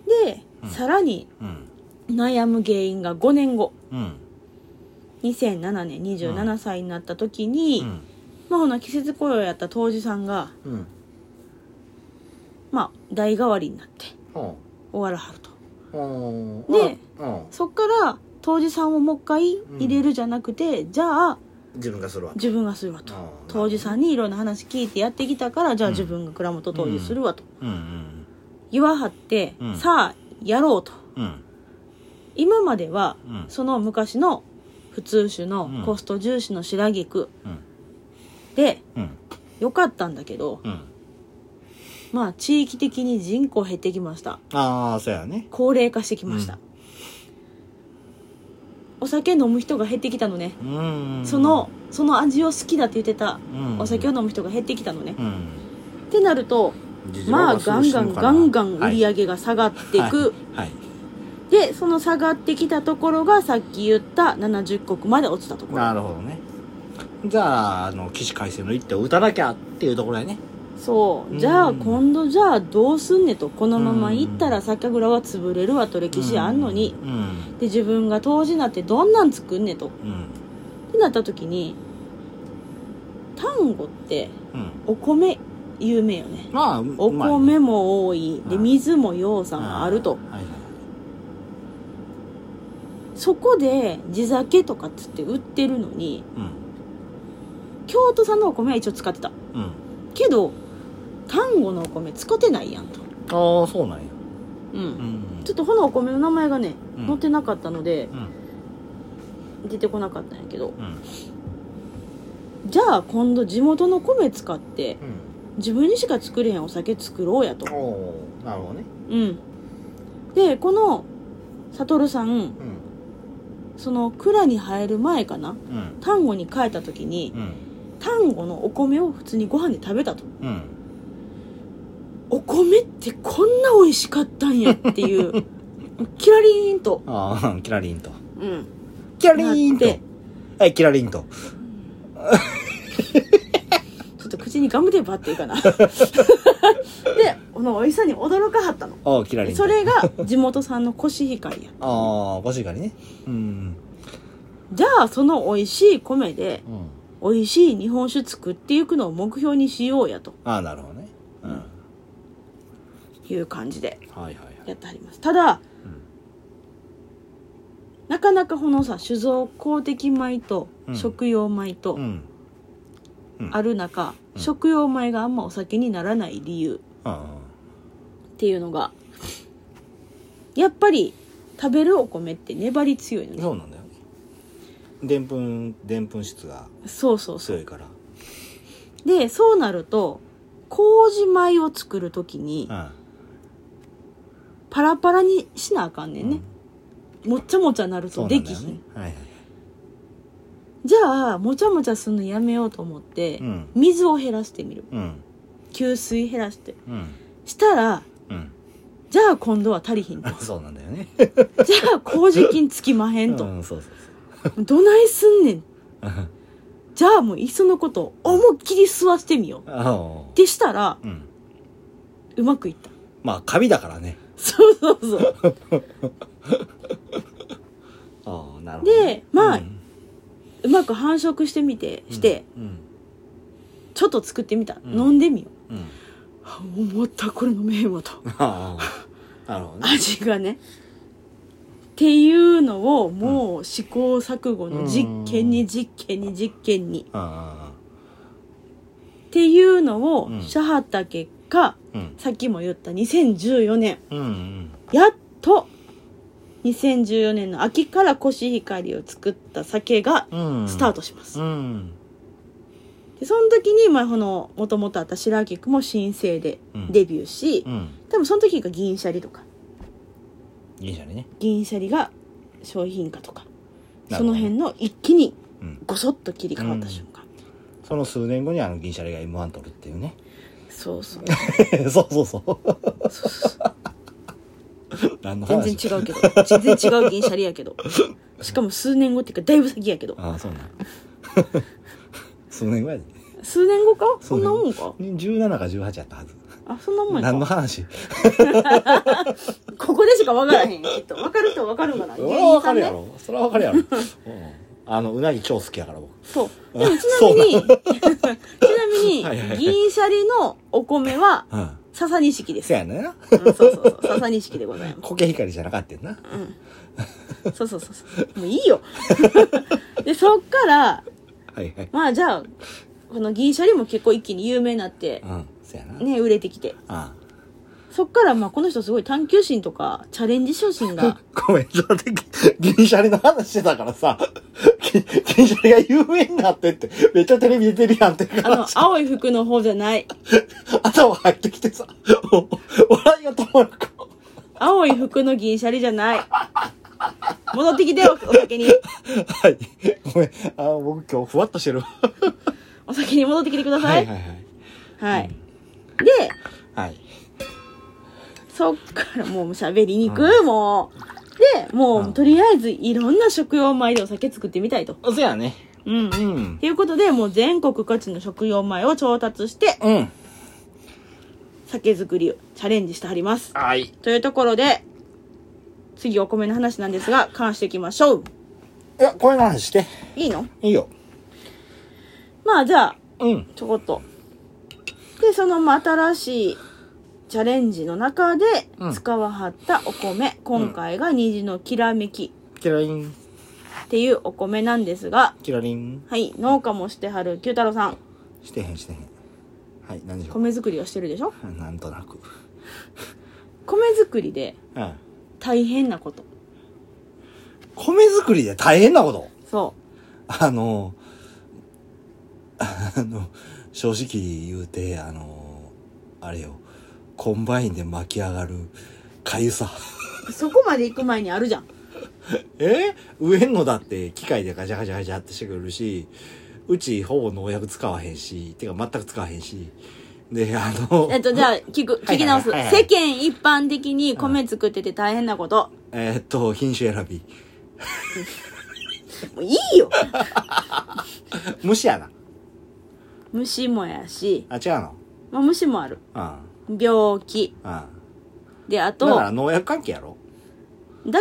S1: どね
S2: で、さらに
S1: うん
S2: 悩む原因が5年後
S1: うん
S2: 2007年27歳になった時に、
S1: うん
S2: まあほな季節雇用やった杜氏さんが
S1: うん
S2: まあ代替わりになって
S1: ほ
S2: 終わらはると
S1: うほう
S2: で
S1: うん
S2: そっから杜氏さんをもう一回入れるじゃなくて、じゃあ
S1: 自分がするわけ
S2: 自分がするわと
S1: ああ
S2: 杜氏さんにいろんな話聞いてやってきたからじゃあ自分が蔵元杜氏するわと
S1: うんうん
S2: 言わはって、
S1: うん
S2: さあやろうと
S1: うん
S2: 今までは、
S1: うん
S2: その昔の普通種
S1: う
S2: の
S1: ん
S2: コスト重視の白菊
S1: うん
S2: で
S1: うん
S2: 良かったんだけど、
S1: うん
S2: まあ地域的に人口減ってきました
S1: ああそうやね
S2: 高齢化してきました、
S1: うん
S2: お酒飲む人が減ってきたのね、
S1: うん
S2: そのその味を好きだって言ってた
S1: うん
S2: お酒を飲む人が減ってきたのね、
S1: うん
S2: ってなるとまあガンガンガンガン売り上げが下がっていく、
S1: はいはい
S2: でその下がってきたところがさっき言った70石まで落ちたところ
S1: なるほどねじゃああの起死回生の一手を打たなきゃっていうところやね
S2: そうじ
S1: う
S2: ゃあ
S1: ん
S2: 今度じゃあどうすんねとこのまま行ったら酒蔵は潰れるわと歴史あんのに、
S1: うん
S2: で自分が当時なってどんなん作んねとっ
S1: うん
S2: てなった時に丹後って
S1: うん
S2: お米有名よね
S1: まあ
S2: お
S1: お
S2: 米も多いで
S1: うん
S2: 水も養蚕があると
S1: はいはい
S2: そこで地酒とかっつって売ってるのに
S1: うん
S2: 京都産のお米は一応使ってた
S1: うん
S2: けど丹後のお米使ってないやんと、
S1: ああそうなんや
S2: う、
S1: うんん
S2: ちょっとほのお米の名前がね
S1: うん
S2: 載ってなかったので
S1: うん
S2: 出てこなかったんやけど
S1: うん
S2: じゃあ今度地元の米使って
S1: うん
S2: 自分にしか作れへんお酒作ろうやと
S1: おおーなるほどね
S2: うんでこの悟さん
S1: うん
S2: その蔵に入る前かな
S1: うん
S2: 丹後に帰った時に
S1: うん
S2: 丹後のお米を普通にご飯で食べたと
S1: うん
S2: お米ってこんな美味しかったんやっていう
S1: [laughs]
S2: キラリーンと、
S1: ああ [laughs] キラリンと
S2: うん、
S1: キラリンと
S2: なって
S1: はいキラリンと
S2: ちょっと口にガムテープ貼っていいか [laughs] なでこの美味しさに驚かはったの
S1: おおキラリンと
S2: それが地元産のコシヒカリや
S1: ああコシヒカリねうん
S2: じゃあその美味しい米で
S1: うん
S2: 美味しい日本酒作っていくのを目標にしようやと
S1: ああなるほどねうん
S2: うんいう感じで
S1: はいはいはい
S2: やってはりますただ
S1: うん
S2: なかなかこのさ酒造公的米と
S1: うん
S2: 食用米と
S1: うん
S2: ある中、
S1: うん
S2: 食用米があんまお酒にならない理由
S1: あ
S2: っていうのがやっぱり食べるお米って粘り強いの
S1: あ
S2: ね
S1: そうなんだよねでんぷんでんぷん質が
S2: そうそうそう
S1: 強いから
S2: でそうなると麹米を作る時にパラパラにしなあかんね
S1: うんん
S2: ね、もっちゃもちゃなる
S1: そ
S2: と
S1: うな
S2: で
S1: んだ
S2: き
S1: よ
S2: ひん、
S1: ねはいはい
S2: じゃあもちゃもちゃするのやめようと思って、
S1: うん
S2: 水を減らしてみる
S1: うん
S2: 給水減らして
S1: うん
S2: したら
S1: うん [laughs]
S2: じゃあ今度は足りひんと
S1: そうなんだよね
S2: じゃあ麹菌つきまへんと、
S1: うんそうそう
S2: どないすんね
S1: [laughs]
S2: ん
S1: そう
S2: じゃあもういっそのこと思いっきり吸わせてみよう
S1: ああ
S2: ってしたら
S1: うん
S2: うまくいった
S1: まあカビだからね
S2: そうそう
S1: [laughs]
S2: そう
S1: ああなるほどね
S2: でまあ、
S1: う
S2: うんまく繁殖してみてして、
S1: うん
S2: ちょっと作ってみた、
S1: ん
S2: 飲んでみよう
S1: うん
S2: あ思ったこれ飲めへんわと
S1: ああなるほどね
S2: 味がねっていうのをもう試行錯誤の実験に実験に実験に
S1: あ
S2: っていうの
S1: う
S2: を
S1: ん
S2: しゃはった結果
S1: あうん
S2: さっきも言った2014年
S1: うんうん
S2: やっと2014年の秋からコシヒカリを作った酒が
S1: うん
S2: スタートします、
S1: うん
S2: でその時にまあこのもともとあった白菊も新生で
S1: うん
S2: デビューし、
S1: うん
S2: 多分その時が銀シャリとか
S1: いいじゃね
S2: 銀シャリが商品化とか、
S1: な
S2: そ
S1: るほど
S2: の
S1: ね
S2: 辺の一気に
S1: うん
S2: ごそっと切り替わった瞬間、
S1: その数年後にあの銀シャリが M1 取るっていうね。
S2: そうそう
S1: そうそうそう。 [laughs] 何の
S2: 全
S1: 話
S2: 然違うけど全然違う銀シャリや
S1: [laughs]
S2: けどしかも数年後っていうかだいぶ先やけど
S1: ああ、そうなん。数年ぐらいで。
S2: 数年後か
S1: 数
S2: そん
S1: 年
S2: なも
S1: 後
S2: んか
S1: 17か18やったはず。
S2: あそんなもんや
S1: 何の
S2: か
S1: 話
S2: ここでしか分からへんきっと分かる人は分かるんかな
S1: それは [laughs] わ
S2: さ
S1: か
S2: ん
S1: るやろ。それはわかるやろ。うんあの、うなぎ超好きやから僕。
S2: そう
S1: あ
S2: でもちなみに [laughs] ちな
S1: はいはい
S2: み
S1: は
S2: に
S1: い
S2: 銀シャリのお米は
S1: うん。
S2: 笹
S1: [laughs]
S2: 錦です、
S1: せやねんな。
S2: うん、そうそうそう笹錦でございます
S1: 苔光じゃなかったよな。
S2: そうそうそうそう。もういいよ。 [laughs] で、そっから、
S1: はいはい。
S2: まあじゃあ、この銀シャリも結構一気に有名になって
S1: う、ん。せやな。
S2: ね、売れてきて。
S1: あ
S2: そっから、まあこの人すごい探求心とか、チャレンジ精神が
S1: あ。ごめん、ちょっと待って、ぎ銀シャリの話してたからさ、ぎ銀シャリが有名になってって、めっちゃテレビ出てるやんって
S2: あ [laughs] の
S1: 話、、
S2: 青い服の方じゃない。
S1: 頭入ってきてさ、もう笑いが止まるか。
S2: 青い服の銀シャリじゃない。戻ってきてよ、お酒に。
S1: はい。ごめん、あ僕今日ふわっとしてるわ。
S2: お酒に戻ってきてください。はい。
S1: はい。
S2: で、
S1: はい。
S2: そっからもう喋りにくい、もう。で、もう、とりあえずいろんな食用米でお酒作ってみたいと。
S1: はい。せやね。
S2: うん。
S1: うん。
S2: ということで、もう全国各地の食用米を調達して、
S1: うん。
S2: 酒造りをチャレンジしてはります。
S1: はい。
S2: というところで、次お米の話なんですが、関していきましょう。
S1: いや、こういうの話して。
S2: いいの
S1: いいよ。
S2: まあじゃあ、
S1: うん。
S2: ちょこっと。で、そのまあ新しいチャレンジの中で
S1: うん
S2: 使わはったお米、今回が虹のきらめき
S1: キラリン、
S2: っていうお米なんですが、
S1: キラリン。
S2: はい、農家もしてはる九太郎さん、
S1: してへん、してへん。はい、何でしょ
S2: 米作りをしてるでしょ
S1: う。なんとなく。
S2: 米作りで
S1: うん。
S2: 大変なこと。
S1: 米作りで大変なこと。
S2: そう。
S1: あの、あの、正直言うて、あの、あれよ、コンバインで巻き上がる、かゆさ。
S2: そこまで行く前にあるじゃん。
S1: え植えんのだって機械でガチャガチャガチャってしてくるし、うちほぼ農薬使わへんし、てか全く使わへんし。で、あの、
S2: [laughs] えっと、じゃあ、聞く、聞き直す。
S1: はいはいはいはい
S2: 世間一般的に米作ってて大変なこと。
S1: えーっと、品種選び。
S2: もういいよ
S1: 虫やな。
S2: 虫もやし、
S1: あ、違うの
S2: まあ、虫もある。
S1: うん。
S2: 病気。
S1: うん。だ
S2: で、あと、
S1: から
S2: だ
S1: 農薬関係やろ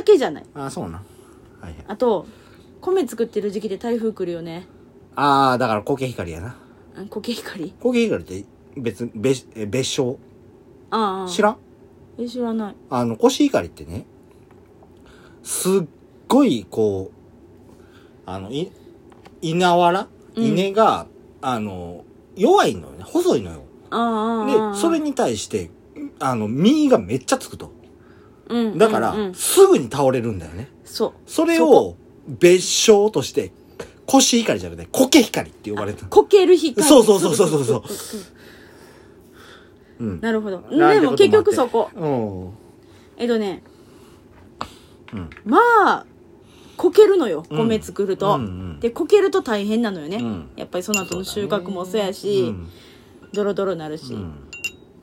S2: けじゃない。
S1: あ、そうな。はいはい。
S2: あと、米作ってる時期で台風来るよね。
S1: あー、だから苔光やな。
S2: あコケ光
S1: コケヒカルって別、別、え別称
S2: ああ。
S1: 知らん
S2: え知らない。
S1: あの、コシヒカリってね、すっごい、こう、あの、い、稲わら
S2: うん
S1: 稲が、あの、弱いのよね。細いのよ。
S2: ああああ。ああ
S1: で、それ、に対して、あの、実がめっちゃつくと。
S2: うん。
S1: だから、
S2: うんうん
S1: すぐに倒れるんだよね。
S2: そう。
S1: それ
S2: そ
S1: を、別称として、コシヒカリじゃなくて、コケヒカリって呼ばれてた。
S2: こける光。
S1: そうそうそうそうそうそううん。
S2: なるほど。
S1: なん
S2: で
S1: てこともあ
S2: も
S1: って
S2: 結局そこ。
S1: うん。
S2: えっとね、
S1: うん。
S2: まあ、こけるのよ。米作ると。
S1: うんうん
S2: で、こけると大変なのよね。
S1: うん
S2: やっぱりその後の収穫もそうやし、
S1: うん
S2: ドロドロなるし、
S1: うん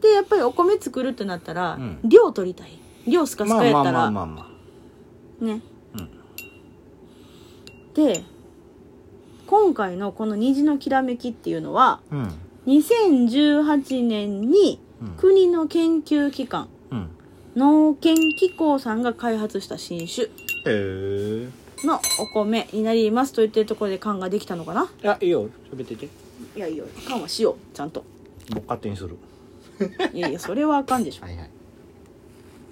S2: でやっぱりお米作るってなったら、
S1: うん
S2: 量取りたい量スカス
S1: ま
S2: カ
S1: あ
S2: や
S1: ま
S2: っ
S1: あ
S2: たら、
S1: まあまあまあ。
S2: ね、
S1: うん
S2: で今回のこの「虹のきらめき」っていうのは
S1: うん。
S2: 2018年に
S1: うん
S2: 国の研究機関、
S1: うん。
S2: 農研機構さんが開発した新種
S1: へえ。
S2: のお米になりますといってるところで缶ができたのかな
S1: あ、いいよ。喋ってて。
S2: いやいや缶はしようちゃんと
S1: 僕勝手にする。
S2: いやいやそれはあかんでしょ
S1: はいはい。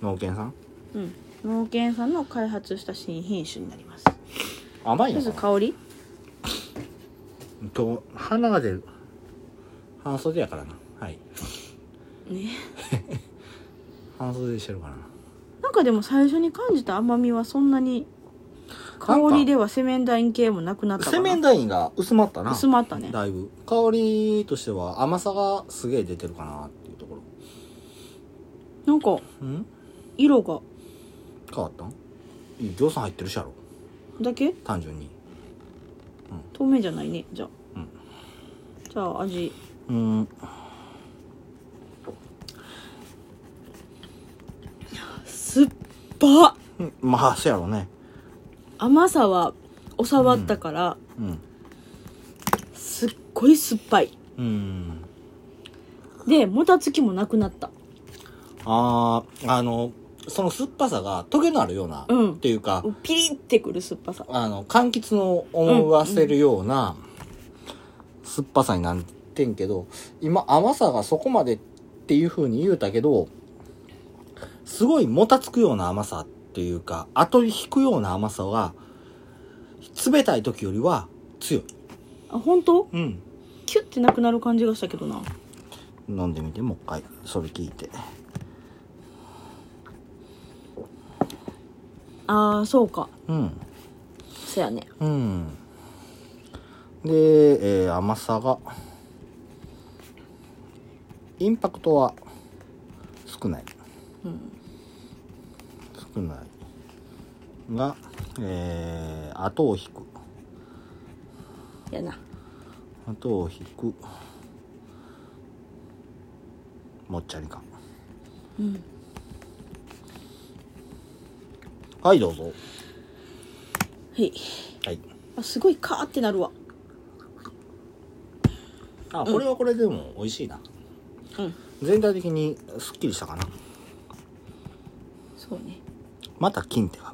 S1: 農研さん
S2: うん、農研さんの開発した新品種になります
S1: 甘い
S2: ま
S1: の
S2: ず
S1: か
S2: 香り
S1: なと、鼻が出る。半袖やからな。はい。
S2: ね
S1: 半袖でしてるからな。
S2: なんかでも最初に感じた甘みはそんなに香りではセメンダイン系もなくなったかな
S1: セメンダインが薄まったな。
S2: 薄まったね
S1: だいぶ。香りとしては甘さがすげえ出てるかなっていうところ。
S2: なんか
S1: うん
S2: 色が
S1: 変わったんいい行さん入ってるしやろ
S2: だけ
S1: 単純に
S2: 透明じゃないねじゃあ、
S1: うん
S2: じゃあ味
S1: うーん
S2: 酸っぱ
S1: うんまあそうやろね
S2: 甘さは収まったから、
S1: うん
S2: すっごい酸っぱいう
S1: ーん
S2: でもたつきもなくなった
S1: あああのその酸っぱさがトゲのあるような、
S2: うん
S1: っていうか
S2: ピリってくる酸っぱさ
S1: あの柑橘の思わせるような酸っぱさになってんけど今甘さがそこまでっていう風に言うたけどすごいもたつくような甘さっていうか後に引くような甘さが冷たい時よりは強い
S2: あ本当
S1: うん
S2: キュッてなくなる感じがしたけどな
S1: 飲んでみてもう一回それ聞いて
S2: あーそうか
S1: うん
S2: そやね
S1: うんで、えー甘さがインパクトは少ない、少ないが、えー後を引く
S2: やな
S1: 後を引くもっちゃり感
S2: うん
S1: はいどうぞ
S2: はい
S1: はい
S2: あすごいカーってなるわ
S1: あこれはこれでも美味しいな、
S2: うん
S1: 全体的にすっきりしたかな
S2: そうね
S1: また金って書く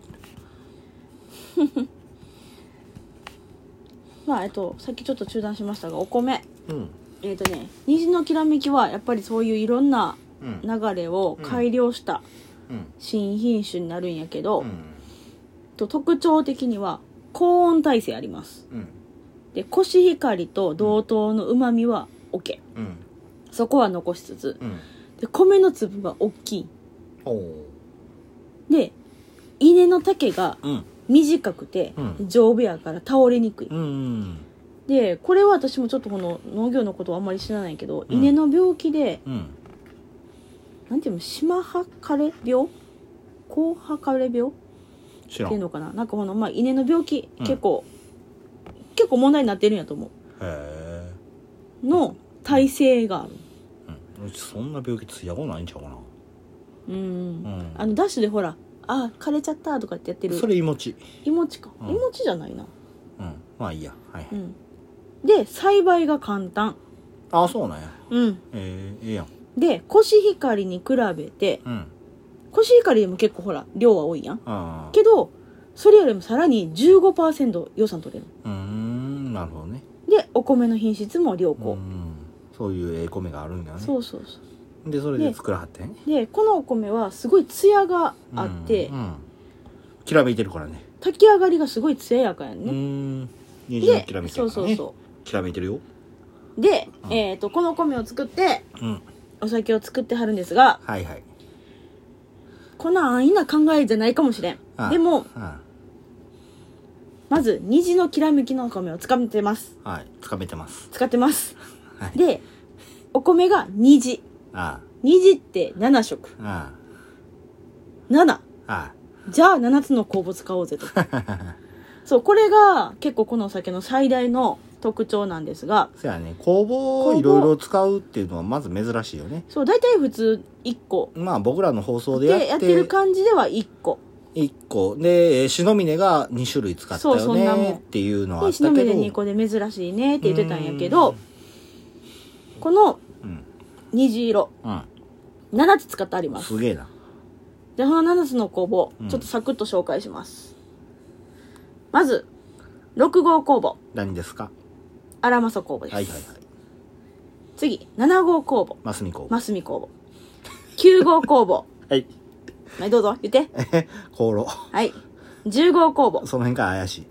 S2: まあえっとさっきちょっと中断しましたがお米
S1: うん
S2: えっ、とね虹のきらめきはやっぱりそういういろんな
S1: うん
S2: 流れを改良した
S1: うん
S2: 新品種になるんやけど、
S1: うん
S2: と特徴的には高温耐性あります
S1: うん
S2: でコシヒカリと同等のうまみは OK
S1: うん
S2: そこは残しつつ
S1: うん
S2: で米の粒が大きい
S1: おお
S2: で稲の丈が
S1: うん
S2: 短くて
S1: うん
S2: 丈夫やから倒れにくい、
S1: うん
S2: でこれは私もちょっとこの農業のことはあんまり知らないけど、
S1: うん
S2: 稲の病気で
S1: うん
S2: なんていうの島はかれ病高はかれ病
S1: 知らん
S2: っていう
S1: へ
S2: のかななんかこの、まあ、稲の病気、
S1: うん
S2: 結構結構問題になってるんやと思
S1: え
S2: うの耐性がある
S1: うんうちそんな病気つやこないんちゃうかな
S2: うん、
S1: うん
S2: あのダッシュでほら「あ枯れちゃった」とかってやってる
S1: それ命
S2: いもちか、
S1: うん
S2: いもちじゃないな
S1: うんまあいいやはいはい
S2: うんで栽培が簡単
S1: あそうなんや
S2: うん
S1: ええええやん
S2: でコシヒカリに比べて
S1: うん
S2: コシヒカリでも結構ほら量は多いやん
S1: ああ
S2: けどそれよりもさらに15%予算取れる
S1: うーんなるほどね
S2: でお米の品質も良
S1: う
S2: 好、
S1: んそういうええ米があるんだよね
S2: そうそうそう
S1: でそれで作らはってん
S2: でこのお米はすごいツヤがあって、
S1: うんうんきらめいてるからね
S2: 炊き上がりがすごい艶やかや
S1: う
S2: ん
S1: ー
S2: ね、
S1: ん虹の
S2: で
S1: きらめき
S2: そ
S1: や
S2: う
S1: か
S2: そ
S1: ら
S2: う
S1: ね
S2: そ
S1: きらめいてるよ
S2: うで、
S1: うん
S2: えっ、とこのお米を作って
S1: うん
S2: お酒を作ってはるんですが
S1: はいはい
S2: こんな安易な考えじゃないかもしれん
S1: ああ
S2: でも
S1: うん
S2: まず虹のきらめきのお米をつかめてます
S1: はいつかめてます
S2: 使ってます、
S1: はい
S2: でお米が虹
S1: あ
S2: 虹って7色
S1: ああ
S2: 7
S1: あああ
S2: じゃあ7つの酵母使おうぜ
S1: [laughs]
S2: とそうこれが結構このお酒の最大の特徴なんですが
S1: そうやね工房をいろいろ使うっていうのはまず珍しいよね
S2: そう大体普通1個
S1: まあ僕らの放送で
S2: で
S1: や
S2: や
S1: っ
S2: ってる
S1: て
S2: 感じでは1個
S1: 1個でえー篠峰が2種類使った
S2: そうそ
S1: よ
S2: んなもん
S1: ねっていうのはあ
S2: で
S1: った
S2: 忍
S1: け
S2: び
S1: ど
S2: で2個で珍しいねって言ってたんやけどこの
S1: うん、
S2: 虹色
S1: う
S2: 7つ使ってあり
S1: ん、
S2: ます
S1: すげえな
S2: でこの7つの工房
S1: うん
S2: ちょっとサクッと紹介します、まず6号工房
S1: 何ですか
S2: 荒政工房です、
S1: はいはいはい
S2: 次7号工房
S1: ますみ工房
S2: 真澄工房9号工房
S1: はい
S2: [laughs]
S1: [laughs]
S2: はいどうぞ言って
S1: 香炉
S2: はい10号工房
S1: その辺から怪しい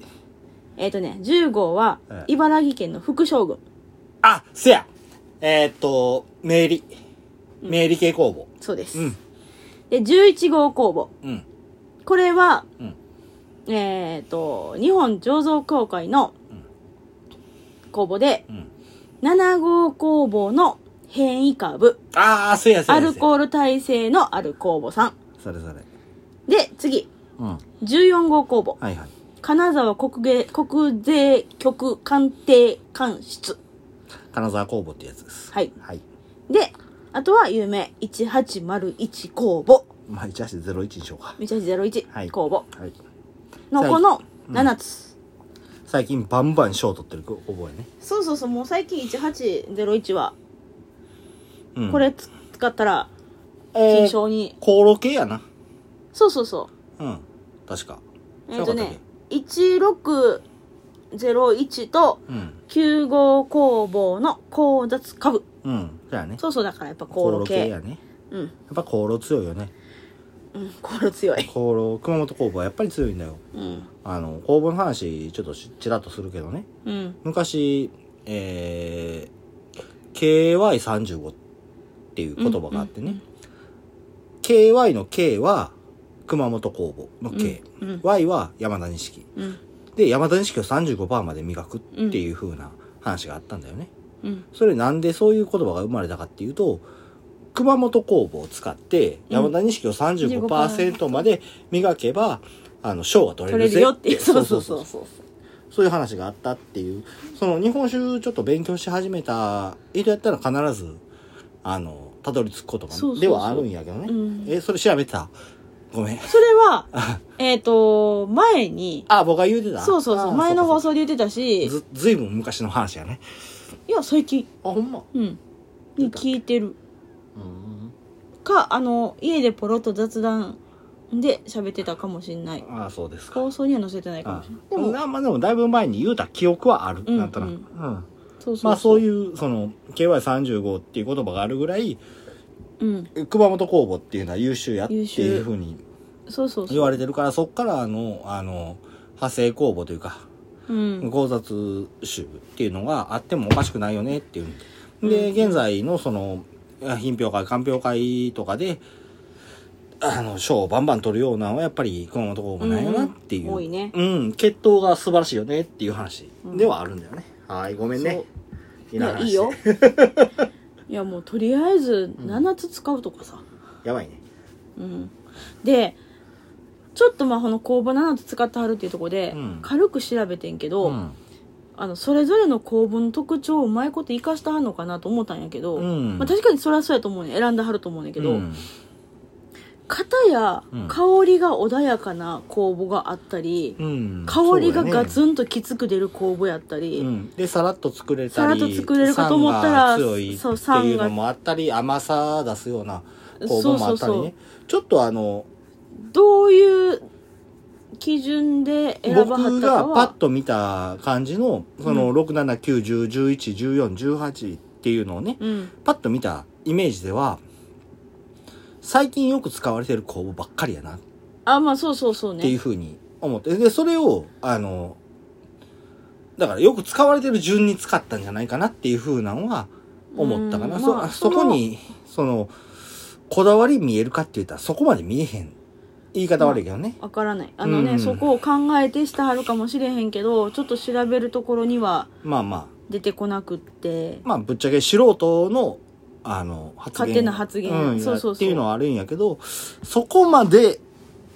S2: えっ、とね10号は
S1: ええ
S2: 茨城県の副将軍
S1: あせやえーっと明理明理系工房
S2: そうです、
S1: うん
S2: で11号工房
S1: うん
S2: これは、
S1: うん
S2: えっ、と、日本醸造協会の公募で、
S1: うん
S2: 7号工房の変異株、
S1: ああせやせや
S2: ア
S1: せや
S2: ルコール耐性のある酵母さん。
S1: それそれ
S2: で、次、
S1: うん。は
S2: 14号工房。
S1: いはい。
S2: 金沢国芸国税局鑑定官室。
S1: 金沢工房ってやつです。
S2: はい。
S1: はい。
S2: で、あとは有名、1801公募。
S1: まあ、1足で01にしようか。はい
S2: 1801公募
S1: はい。
S2: のこの7つ。
S1: 最近バンバン賞取ってる覚えね。
S2: そうそうそう、もう最近1801は、
S1: うん。
S2: こ、れつ使ったら、
S1: え
S2: 金
S1: ー、
S2: 賞に、
S1: 航路系やな。
S2: そうそうそ
S1: うん。確か。
S2: う。えっと
S1: そうだっ
S2: ね、1601と
S1: うん。
S2: 9号工房の交雑株。
S1: うん。そうやね。
S2: そうそう、だからやっぱ航路系。
S1: やね。
S2: うん。
S1: やっぱ航路強いよね。
S2: うん、航路強い。
S1: 航路、熊本工房はやっぱり強いんだよ。
S2: うん。
S1: あの、工房の話、ちょっとしちらっとするけどね。
S2: うん。
S1: 昔、えー、KY35 っていう言葉があってね。KY の K は熊本工房の K。
S2: うんうん
S1: Y は山田錦。
S2: うん。
S1: で、山田錦を35%まで磨くっていう風な話があったんだよね。
S2: うん。
S1: それなんでそういう言葉が生まれたかっていうと、熊本工房を使って山田錦を35%まで磨けば、あの、賞は取
S2: 取
S1: れる
S2: れ
S1: ぜ
S2: るよっていう。そうそう
S1: そう
S2: そうそう。
S1: そういう話があったっていう、その日本酒ちょっと勉強し始めた人やったら必ず、あの、たどり着くことが
S2: そうそうそう
S1: ではあるんやけどね。
S2: うん
S1: え、それ調べてたごめん。
S2: それは、えっと、前に、
S1: あ、僕が言うてた
S2: そうそうそ
S1: あ
S2: う、前の放
S1: そう
S2: 送で言ってたし、
S1: かそうかず、ずいぶん昔の話やね。
S2: いや、最近、
S1: あ、ほんま。
S2: うん、に聞いてる。
S1: うん。
S2: か、あの、家でポロッと雑談で喋ってたかもしんない。
S1: あ、そうですか。
S2: 放送には載せてないかも
S1: あ
S2: しんない。
S1: で
S2: で
S1: も、
S2: も、
S1: なまあでもだいぶ前に言うた記憶はある。
S2: うん
S1: なんとなく。
S2: うん
S1: うん。
S2: そうそうそ
S1: ま
S2: う。
S1: あそう
S2: う。
S1: いう、その、KY35 っていう言葉があるぐらい、
S2: うん、
S1: 熊本工房っていうのは優秀やって
S2: 優秀
S1: いうふうに
S2: そうそう
S1: 言
S2: そう。
S1: われてるから、そっからあの、あの、派生公募というか、
S2: うん。
S1: 交雑種っていうのがあってもおかしくないよねっていう。で、現在のその、品評会、鑑評会とかで、あの、賞をバンバン取るようなのはやっぱり熊本公募なんやなっていう。
S2: うん多いね
S1: うん、血統が素晴らしいよねっていう話ではあるんだよね。はい、ごめんね。
S2: い
S1: いらん
S2: や、
S1: 話
S2: いい
S1: [laughs]
S2: よ。いや、もうとりあえず7つ使うとかさ。
S1: やばいね。
S2: うん、でちょっとまあこの工房7つ使ってはるっていうところで、
S1: うん
S2: 軽く調べてんけど、
S1: うん。
S2: あのそれぞれの工房の特徴をうまいこと生かしてはんのかなと思ったんやけど、
S1: うん
S2: まあ、確かにそれはそうやと思うね選んではると思うねんけど、
S1: うん
S2: 型や
S1: うん
S2: 香りが穏やかな工房があったり、
S1: うん
S2: 香りがガ
S1: ン
S2: ツンときつく出る工房やったり、
S1: うん、でさらっと作れたり
S2: さらっと作れるかと思った
S1: 酸が
S2: ら
S1: 強いって
S2: そう酸
S1: い
S2: が
S1: うのもあったり甘さ出すような工房もあったりね
S2: そうそう
S1: ちょっとあの
S2: どういう基準で選ばはっ
S1: 僕
S2: たか
S1: がパ
S2: は
S1: ッと見た感じのその67910111418っていうのをね、
S2: うん
S1: パッと見たイメージでは最近よく使われてる工房ばっかりやなっ
S2: あまあそうそうそう
S1: ていう
S2: ね
S1: ふうに思って、でそれをあのだからよく使われてる順に使ったんじゃないかなっていうふうなのは思ったかな、
S2: うん
S1: そ
S2: まあ
S1: そこにそのこだわり見えるかって言ったらそこまで見えへん言い方悪いけどね、
S2: わからないあのね、
S1: うん
S2: そこを考えてしてはるかもしれへんけどちょっと調べるところには
S1: まあま
S2: 出てこなくって
S1: あまあぶっちゃけ素人のあの発言
S2: 勝手な発言
S1: うん
S2: そうそうそう
S1: っていうのはあるんやけどそこまで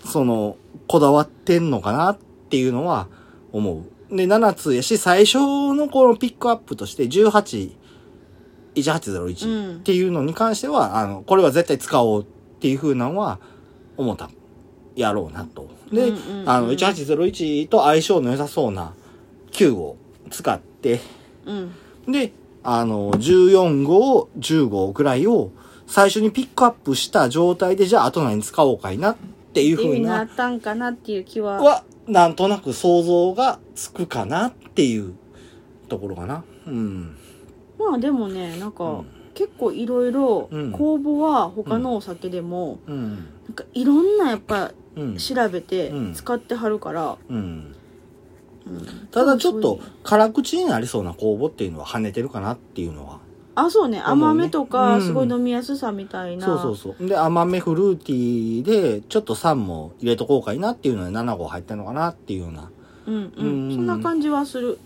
S1: そのこだわってんのかなっていうのは思うで7つやし最初のこのピックアップとして
S2: う
S1: 181801、
S2: ん
S1: っていうのに関しては、あの、これは絶対使おうっていう風なのは、思った。やろうなと。で、
S2: うんうんうん
S1: あの、1801と相性の良さそうな9を使って、
S2: うん
S1: で、あの、14号、10号くらいを最初にピックアップした状態で、じゃあ後何使おうかいなっていう
S2: っていうふう
S1: 風
S2: になっ
S1: な、
S2: たんかなっていう気は
S1: は、なんとなく想像がつくかなっていうところかな。うん。
S2: まあでもねなんか、
S1: うん
S2: 結構いろいろ
S1: うん
S2: 公募は他のお酒でも、
S1: うん。
S2: なんかいろんなやっぱ
S1: うん。
S2: 調べて
S1: うん
S2: 使ってはるから、
S1: うん。
S2: うん
S1: ただちょっと辛口になりそうな公募っていうのは跳ねてるかなっていうのは。
S2: あそうね甘めと
S1: う
S2: か
S1: ん
S2: すごい飲みやすさみたいな、
S1: そうそうそう。で、甘めフルーティーで、ちょっと酸も入れとこうかいなっていうので7号入ったのかなっていうような。
S2: うんう
S1: うんん
S2: そんな感じはする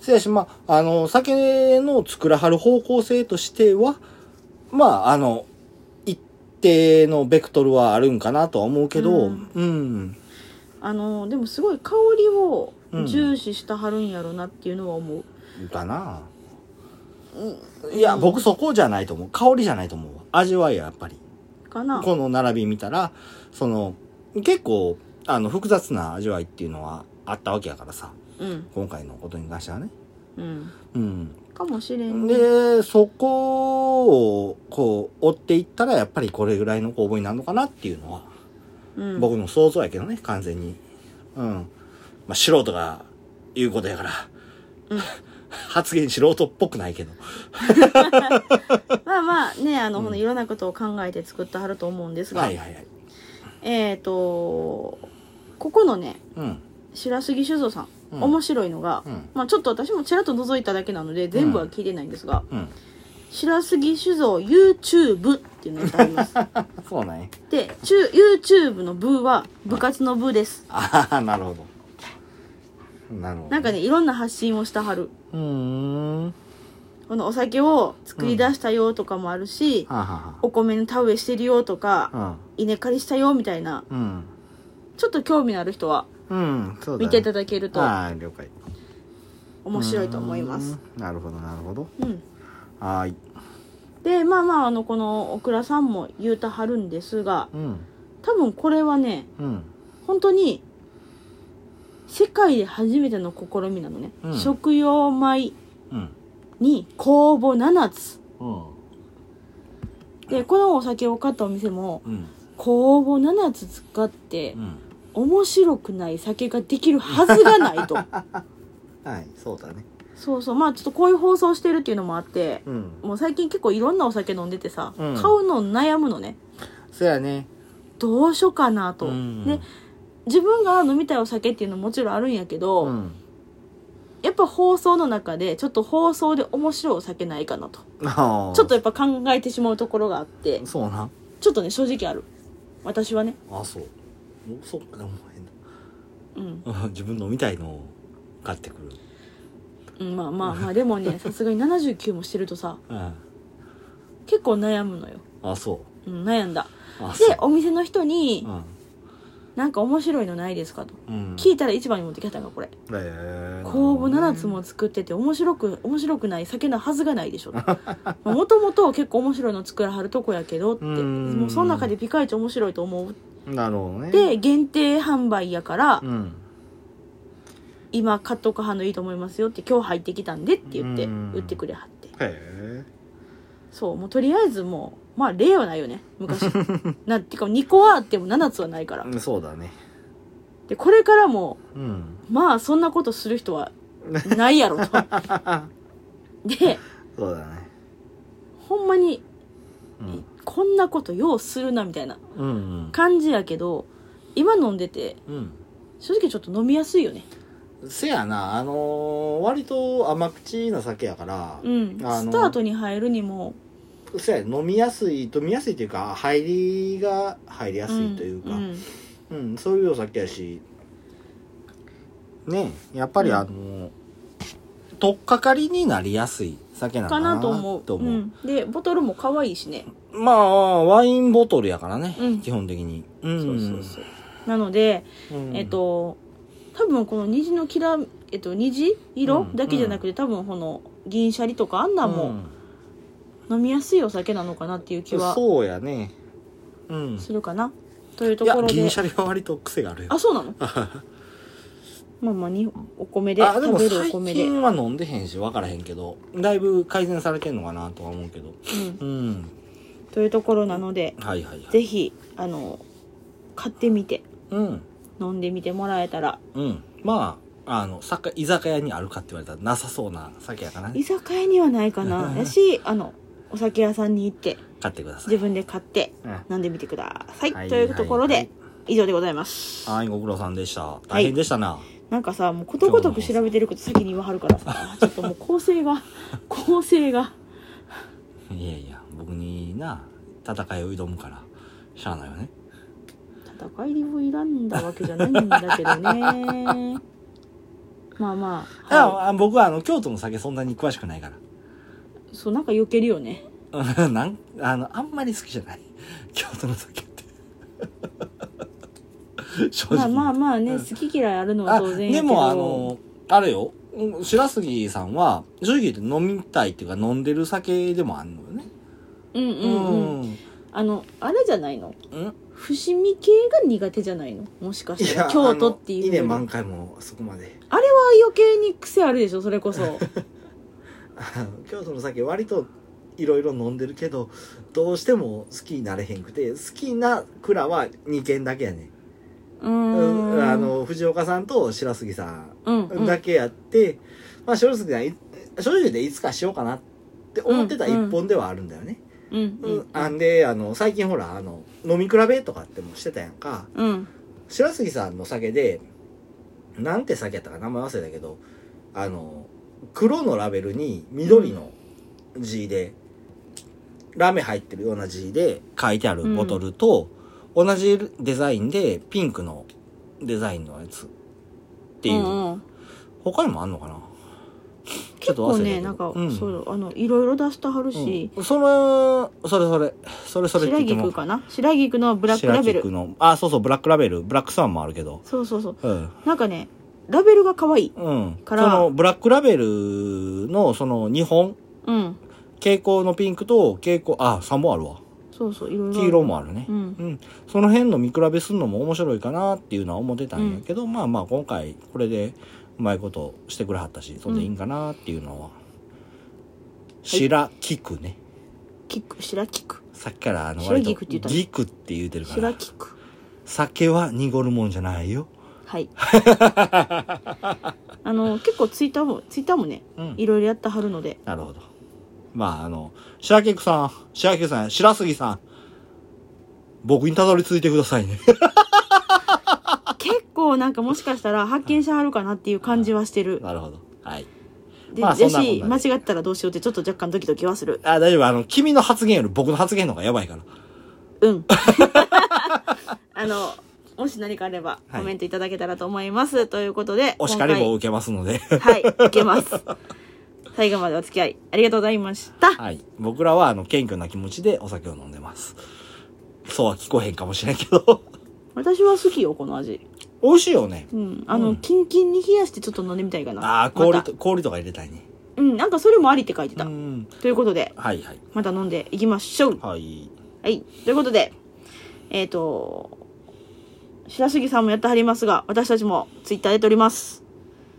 S1: せやし、まあ、あの、酒の作らはる方向性としては、まあ、あの、一定のベクトルはあるんかなとは思うけど、
S2: う
S1: うんん。
S2: あのでもすごい香りを重視したはるんやろなっていうのは思う、
S1: だな、いや僕そこじゃないと思う香りじゃないと思う味わいややっぱり
S2: かな
S1: この並び見たらその結構あの複雑な味わいっていうのはあったわけやからさ
S2: うん
S1: 今回のことに関してはね
S2: うん
S1: うん
S2: かもしれんね
S1: でそこをこう追っていったらやっぱりこれぐらいの公募になるのかなっていうのは
S2: うん
S1: 僕の想像やけどね完全にうんまあ素人が言うことやから、
S2: うん
S1: [laughs] 発言素人っぽくないけど
S2: まあまあねあの、
S1: うん
S2: ほん、いろんなことを考えて作ってはると思うんですが、
S1: はいはいはい
S2: えっ、とここのね
S1: うん
S2: 白杉酒造さん、
S1: うん
S2: 面白いのが、
S1: うん
S2: まあ、ちょっと私もちらっと覗いただけなので全部は聞いてないんですが、
S1: うん [laughs]
S2: 白杉酒造 YouTube っていうのがあります
S1: そうなんや [laughs]
S2: でちゅ YouTube の部は部活の部です
S1: ああなるほどなるほど
S2: なんかねいろんな発信をしたはる
S1: うーんは
S2: このお酒を作り出したよとかもあるし、
S1: あ、は
S2: お米の田植えしてるよと
S1: あ
S2: か、
S1: はあ、
S2: 稲刈りしたよみたいな
S1: うん
S2: ちょっと興味のある人は
S1: うんうんそうだ、ね、
S2: 見ていただけると
S1: ああ了解
S2: 面白いと思います。
S1: うーんなるほどなるほど
S2: うん、
S1: はーい
S2: でまあまああのこのオクラさんも言うたはるんですが
S1: うん
S2: 多分これはね
S1: うん
S2: 本当に世界で初めての試みなのね、
S1: うん
S2: 食用米
S1: うん
S2: に酵母7つ
S1: うん
S2: でこのお酒を買ったお店も
S1: うん
S2: 酵母7つ使って
S1: うん
S2: 面白くない酒ができるはずがな
S1: [laughs]
S2: いと
S1: はいそうだね
S2: そうそうまあちょっとこういう放送してるっていうのもあって
S1: うん
S2: もう最近結構いろんなお酒飲んでてさ、
S1: うん
S2: 買うの悩むのね
S1: そやね
S2: どうしようかなと、
S1: うん
S2: で自分が飲みたいお酒っていうのももちろんあるんやけど、
S1: うん
S2: やっぱ放送の中でちょっと放送で面白いお酒ないかなと
S1: ああ
S2: ちょっとやっぱ考えてしまうところがあって
S1: そうな
S2: ちょっとね正直ある私はね
S1: あそうおそうかでも変だ
S2: うん、
S1: うん [laughs] 自分飲みたいのを買ってくる
S2: うん、まあまあまあでもねさすがに79もしてるとさ
S1: うん
S2: 結構悩むのよ、
S1: あそう
S2: うん、悩んだ
S1: あそう
S2: でお店の人に
S1: うん
S2: 「なんか面白いのないですか?」と
S1: うん
S2: 聞いたら一番に持ってきたのがこれ
S1: えー
S2: 酵母7つも作ってて面白く面白くない酒のはずがない
S1: [laughs]
S2: でしょもともと結構面白いの作らはるとこやけどって
S1: うん
S2: もうその中でピカイチ面白いと思う
S1: なるほどね
S2: で限定販売やから、
S1: うん
S2: 今買っとく派のいいと思いますよって今日入ってきたんでって言って
S1: うん
S2: 売ってくれはって
S1: へ
S2: そうもうとりあえずもうまあ例はないよね
S1: [laughs]
S2: 昔なってか2個はあっても7つはないから
S1: えそうだね
S2: でこれからも
S1: うん
S2: まあそんなことする人はないやろと
S1: [laughs]
S2: で
S1: そうだね
S2: ほんまに
S1: うん
S2: こんなことようするなみたいな
S1: うん
S2: 感じやけど今飲んでて
S1: うん
S2: 正直ちょっと飲みやすいよね
S1: せやなあのー割と甘口な酒やから
S2: うん
S1: あの
S2: スタートに入るにも
S1: せや飲みやすい飲みやすいというか入りが入りやすいというか
S2: んん
S1: うんそういうお酒やしねえやっぱり
S2: うん
S1: あのー取っかかりになりやすい酒なの
S2: か
S1: かな
S2: なと思う
S1: と思う
S2: うん、でボトルも可愛いしね
S1: まあワインボトルやからね、
S2: うん
S1: 基本的にうん
S2: そうそうそうなので、
S1: うん
S2: えっと多分この虹のきら、えっと、虹色
S1: うん
S2: だけじゃなくて、多分この銀シャリとかあんなん
S1: う
S2: も
S1: ん
S2: 飲みやすいお酒なのかなっていう気は
S1: そうやねうん
S2: するかなというと
S1: いや
S2: ころで
S1: 銀シャリは割と癖があるよ
S2: あそうな
S1: [laughs]
S2: のまあまあにお米で
S1: あで
S2: 食
S1: も
S2: べるお
S1: 最
S2: 米で、うん、
S1: 近は飲んでへんし分からへんけどだいぶ改善されてんのかなとは思うけどうん
S2: というところなので
S1: はいはいはい
S2: ぜひあの買ってみて
S1: うん
S2: 飲んでみてもらえたら
S1: うんまああの酒居酒屋にあるかって言われたらなさそうな酒やから
S2: 居
S1: ね
S2: 酒屋にはないかなやしあのお酒屋さんに行って
S1: 買ってください
S2: 自分で買って飲んでみてください、
S1: はい
S2: というところで、
S1: はい
S2: 以上でございます
S1: うんはいご苦労さんでした大変でしたな、
S2: なんかさもうことごとく調べてること先に言わはるからさちょっともう構成が [laughs] 構成が
S1: い、やいや僕にな戦いを挑むからしゃあないよね
S2: 戦いを選んだわけじゃないんだけどね [laughs] まあまあ、
S1: あ、
S2: は
S1: あ僕はあの京都の酒そんなに詳しくないから
S2: い、そうなんか避けるよね
S1: うん [laughs] なんあのあんまり好きじゃない京都の酒って正
S2: まあ
S1: 直。
S2: まあまあね、
S1: うん
S2: 好き嫌いあるのは
S1: あ、
S2: 当然
S1: で
S2: やけど。
S1: もあの、あれよ、うん白杉さんは、正直言って飲みたいっていうか飲んでる酒でもあんのよね。
S2: うん
S1: う
S2: うんうん。あの、あれじゃないの
S1: うん。
S2: 伏見系が苦手じゃないのもしかして。京都っていう
S1: 2
S2: より
S1: 年
S2: あれ
S1: 満開もそこまで。 [laughs]
S2: は余計に癖あるでしょ、それこそ。
S1: あの京都の酒割といろいろ飲んでるけど、どうしても好きになれへんくて、好きな蔵は2軒だけやね。
S2: [laughs] うー
S1: うん
S2: ん。
S1: あ、の、藤岡さんと白杉さん
S2: うん、うん。
S1: だけやって、まあ正直ない正直でいつかしようかなって思ってた一本ではあるんだよね。
S2: うん
S1: う
S2: うんん。
S1: あんであの最近ほらあの飲み比べとかってもしてたやんか
S2: うん。
S1: 白杉さんの酒でなんて酒やったか名前忘れたけどあの黒のラベルに緑の字で、ラメ入ってるような字で書いてあるボトルと、同じデザインでピンクのデザインのやつっていう、
S2: うんうん
S1: 他にもあんのかなちょっ
S2: 結
S1: と忘れ
S2: 構
S1: たけ
S2: ね、
S1: ど
S2: なんか、
S1: ん
S2: そう、あの、いろいろ出してはるし、
S1: うんそのそれそれそれそれって
S2: 白
S1: 言っても
S2: 菊かな白菊のブラックラベ
S1: 白菊
S2: ル。
S1: のあそうそうブラックラベルブラックスワンもあるけど
S2: そうそうそう。
S1: うん、
S2: なんかね、ラベルが可愛い。
S1: うん、
S2: か
S1: そ
S2: ら
S1: のブラックラベルのその2本
S2: うん。
S1: 蛍光のピンクと蛍光あ3本あるわ
S2: そうそう、いろいろ。
S1: 黄色。もあるね
S2: うん。
S1: うん、その辺の見比べするのも面白いかなっていうのは思ってたんやけど、まあまあ今回これでうまいことしてくれはったしそれでいいんかなっていうのは、白菊ね
S2: キック、白菊。
S1: さっきからあの
S2: 白
S1: 割と
S2: 菊って言ったの
S1: 菊って言うてるから
S2: 白菊。
S1: 酒は濁るもんじゃないよ、 [laughs]
S2: はい。あの、結構ツイッターも、ツイッターもね、
S1: うん
S2: いろいろやってはるので、
S1: なるほど。まあ、あの、白菊さん、白菊さん、白杉さん、僕にたどり着いてください [laughs] ね。
S2: 結構なんかもしかしたら発見してはるかなっていう感じはしてる。
S1: なるほど。はい。
S2: で、
S1: まあ
S2: ぜ
S1: そんなこん
S2: ひ、
S1: な
S2: 間
S1: で
S2: 違ったらどうしようってちょっと若干ドキドキはする。
S1: あ、大丈夫。あの、君の発言より僕の発言の方がやばいから。 [laughs]
S2: うん。あの、もし何かあれば
S1: は
S2: コ
S1: い
S2: メントいただけたらと思います。ということで、
S1: お叱りも受けますので。 [laughs]
S2: 今回はい、いけます。最後までお付き合いありがとうございました。
S1: はい。僕らは、あの、謙虚な気持ちでお酒を飲んでます。そうは聞こえへんかもしれんけど。 [laughs]
S2: 私は好きよ、この味。
S1: 美味しいよね。
S2: うん。あの、
S1: うん
S2: キンキンに冷やしてちょっと飲んでみたいかな。
S1: ああ、氷
S2: ま
S1: と、
S2: た
S1: 氷とか入れたいね。
S2: うん、なんかそれもありって書いて
S1: う
S2: た。
S1: ん。
S2: ということで、
S1: はいはい。
S2: また飲んでいきましょう。
S1: はい。
S2: はい。ということで、えっ、と、白杉さんもやってはりますが、私たちもツイッターやっております。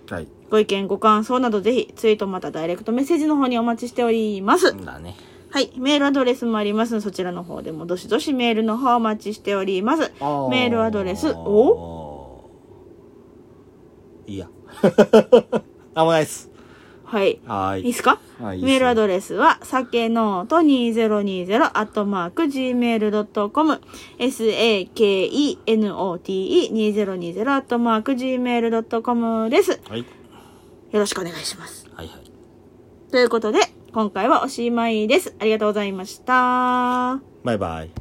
S1: はい。
S2: ご意見、ご感想などぜひ、ツイートまたダイレクトメッセージの方にお待ちしております。
S1: だね。
S2: はい。メールアドレスもありますので、そちらの方でもどしどしメールの方お待ちしております。メールアドレス
S1: をいいや。 [laughs] あんまないっす。
S2: はい。
S1: はー
S2: いいっ
S1: い。
S2: すか
S1: はい
S2: メールア
S1: レ
S2: ドレスは、さけのうと2020アットマーク gmail.com、sakenote2020 アットマーク gmail.com です。
S1: ス。はい。
S2: よろしくお願いします。
S1: はいはい。
S2: ということで、今回はおしまいです。ありがとうございました。
S1: バイバイ。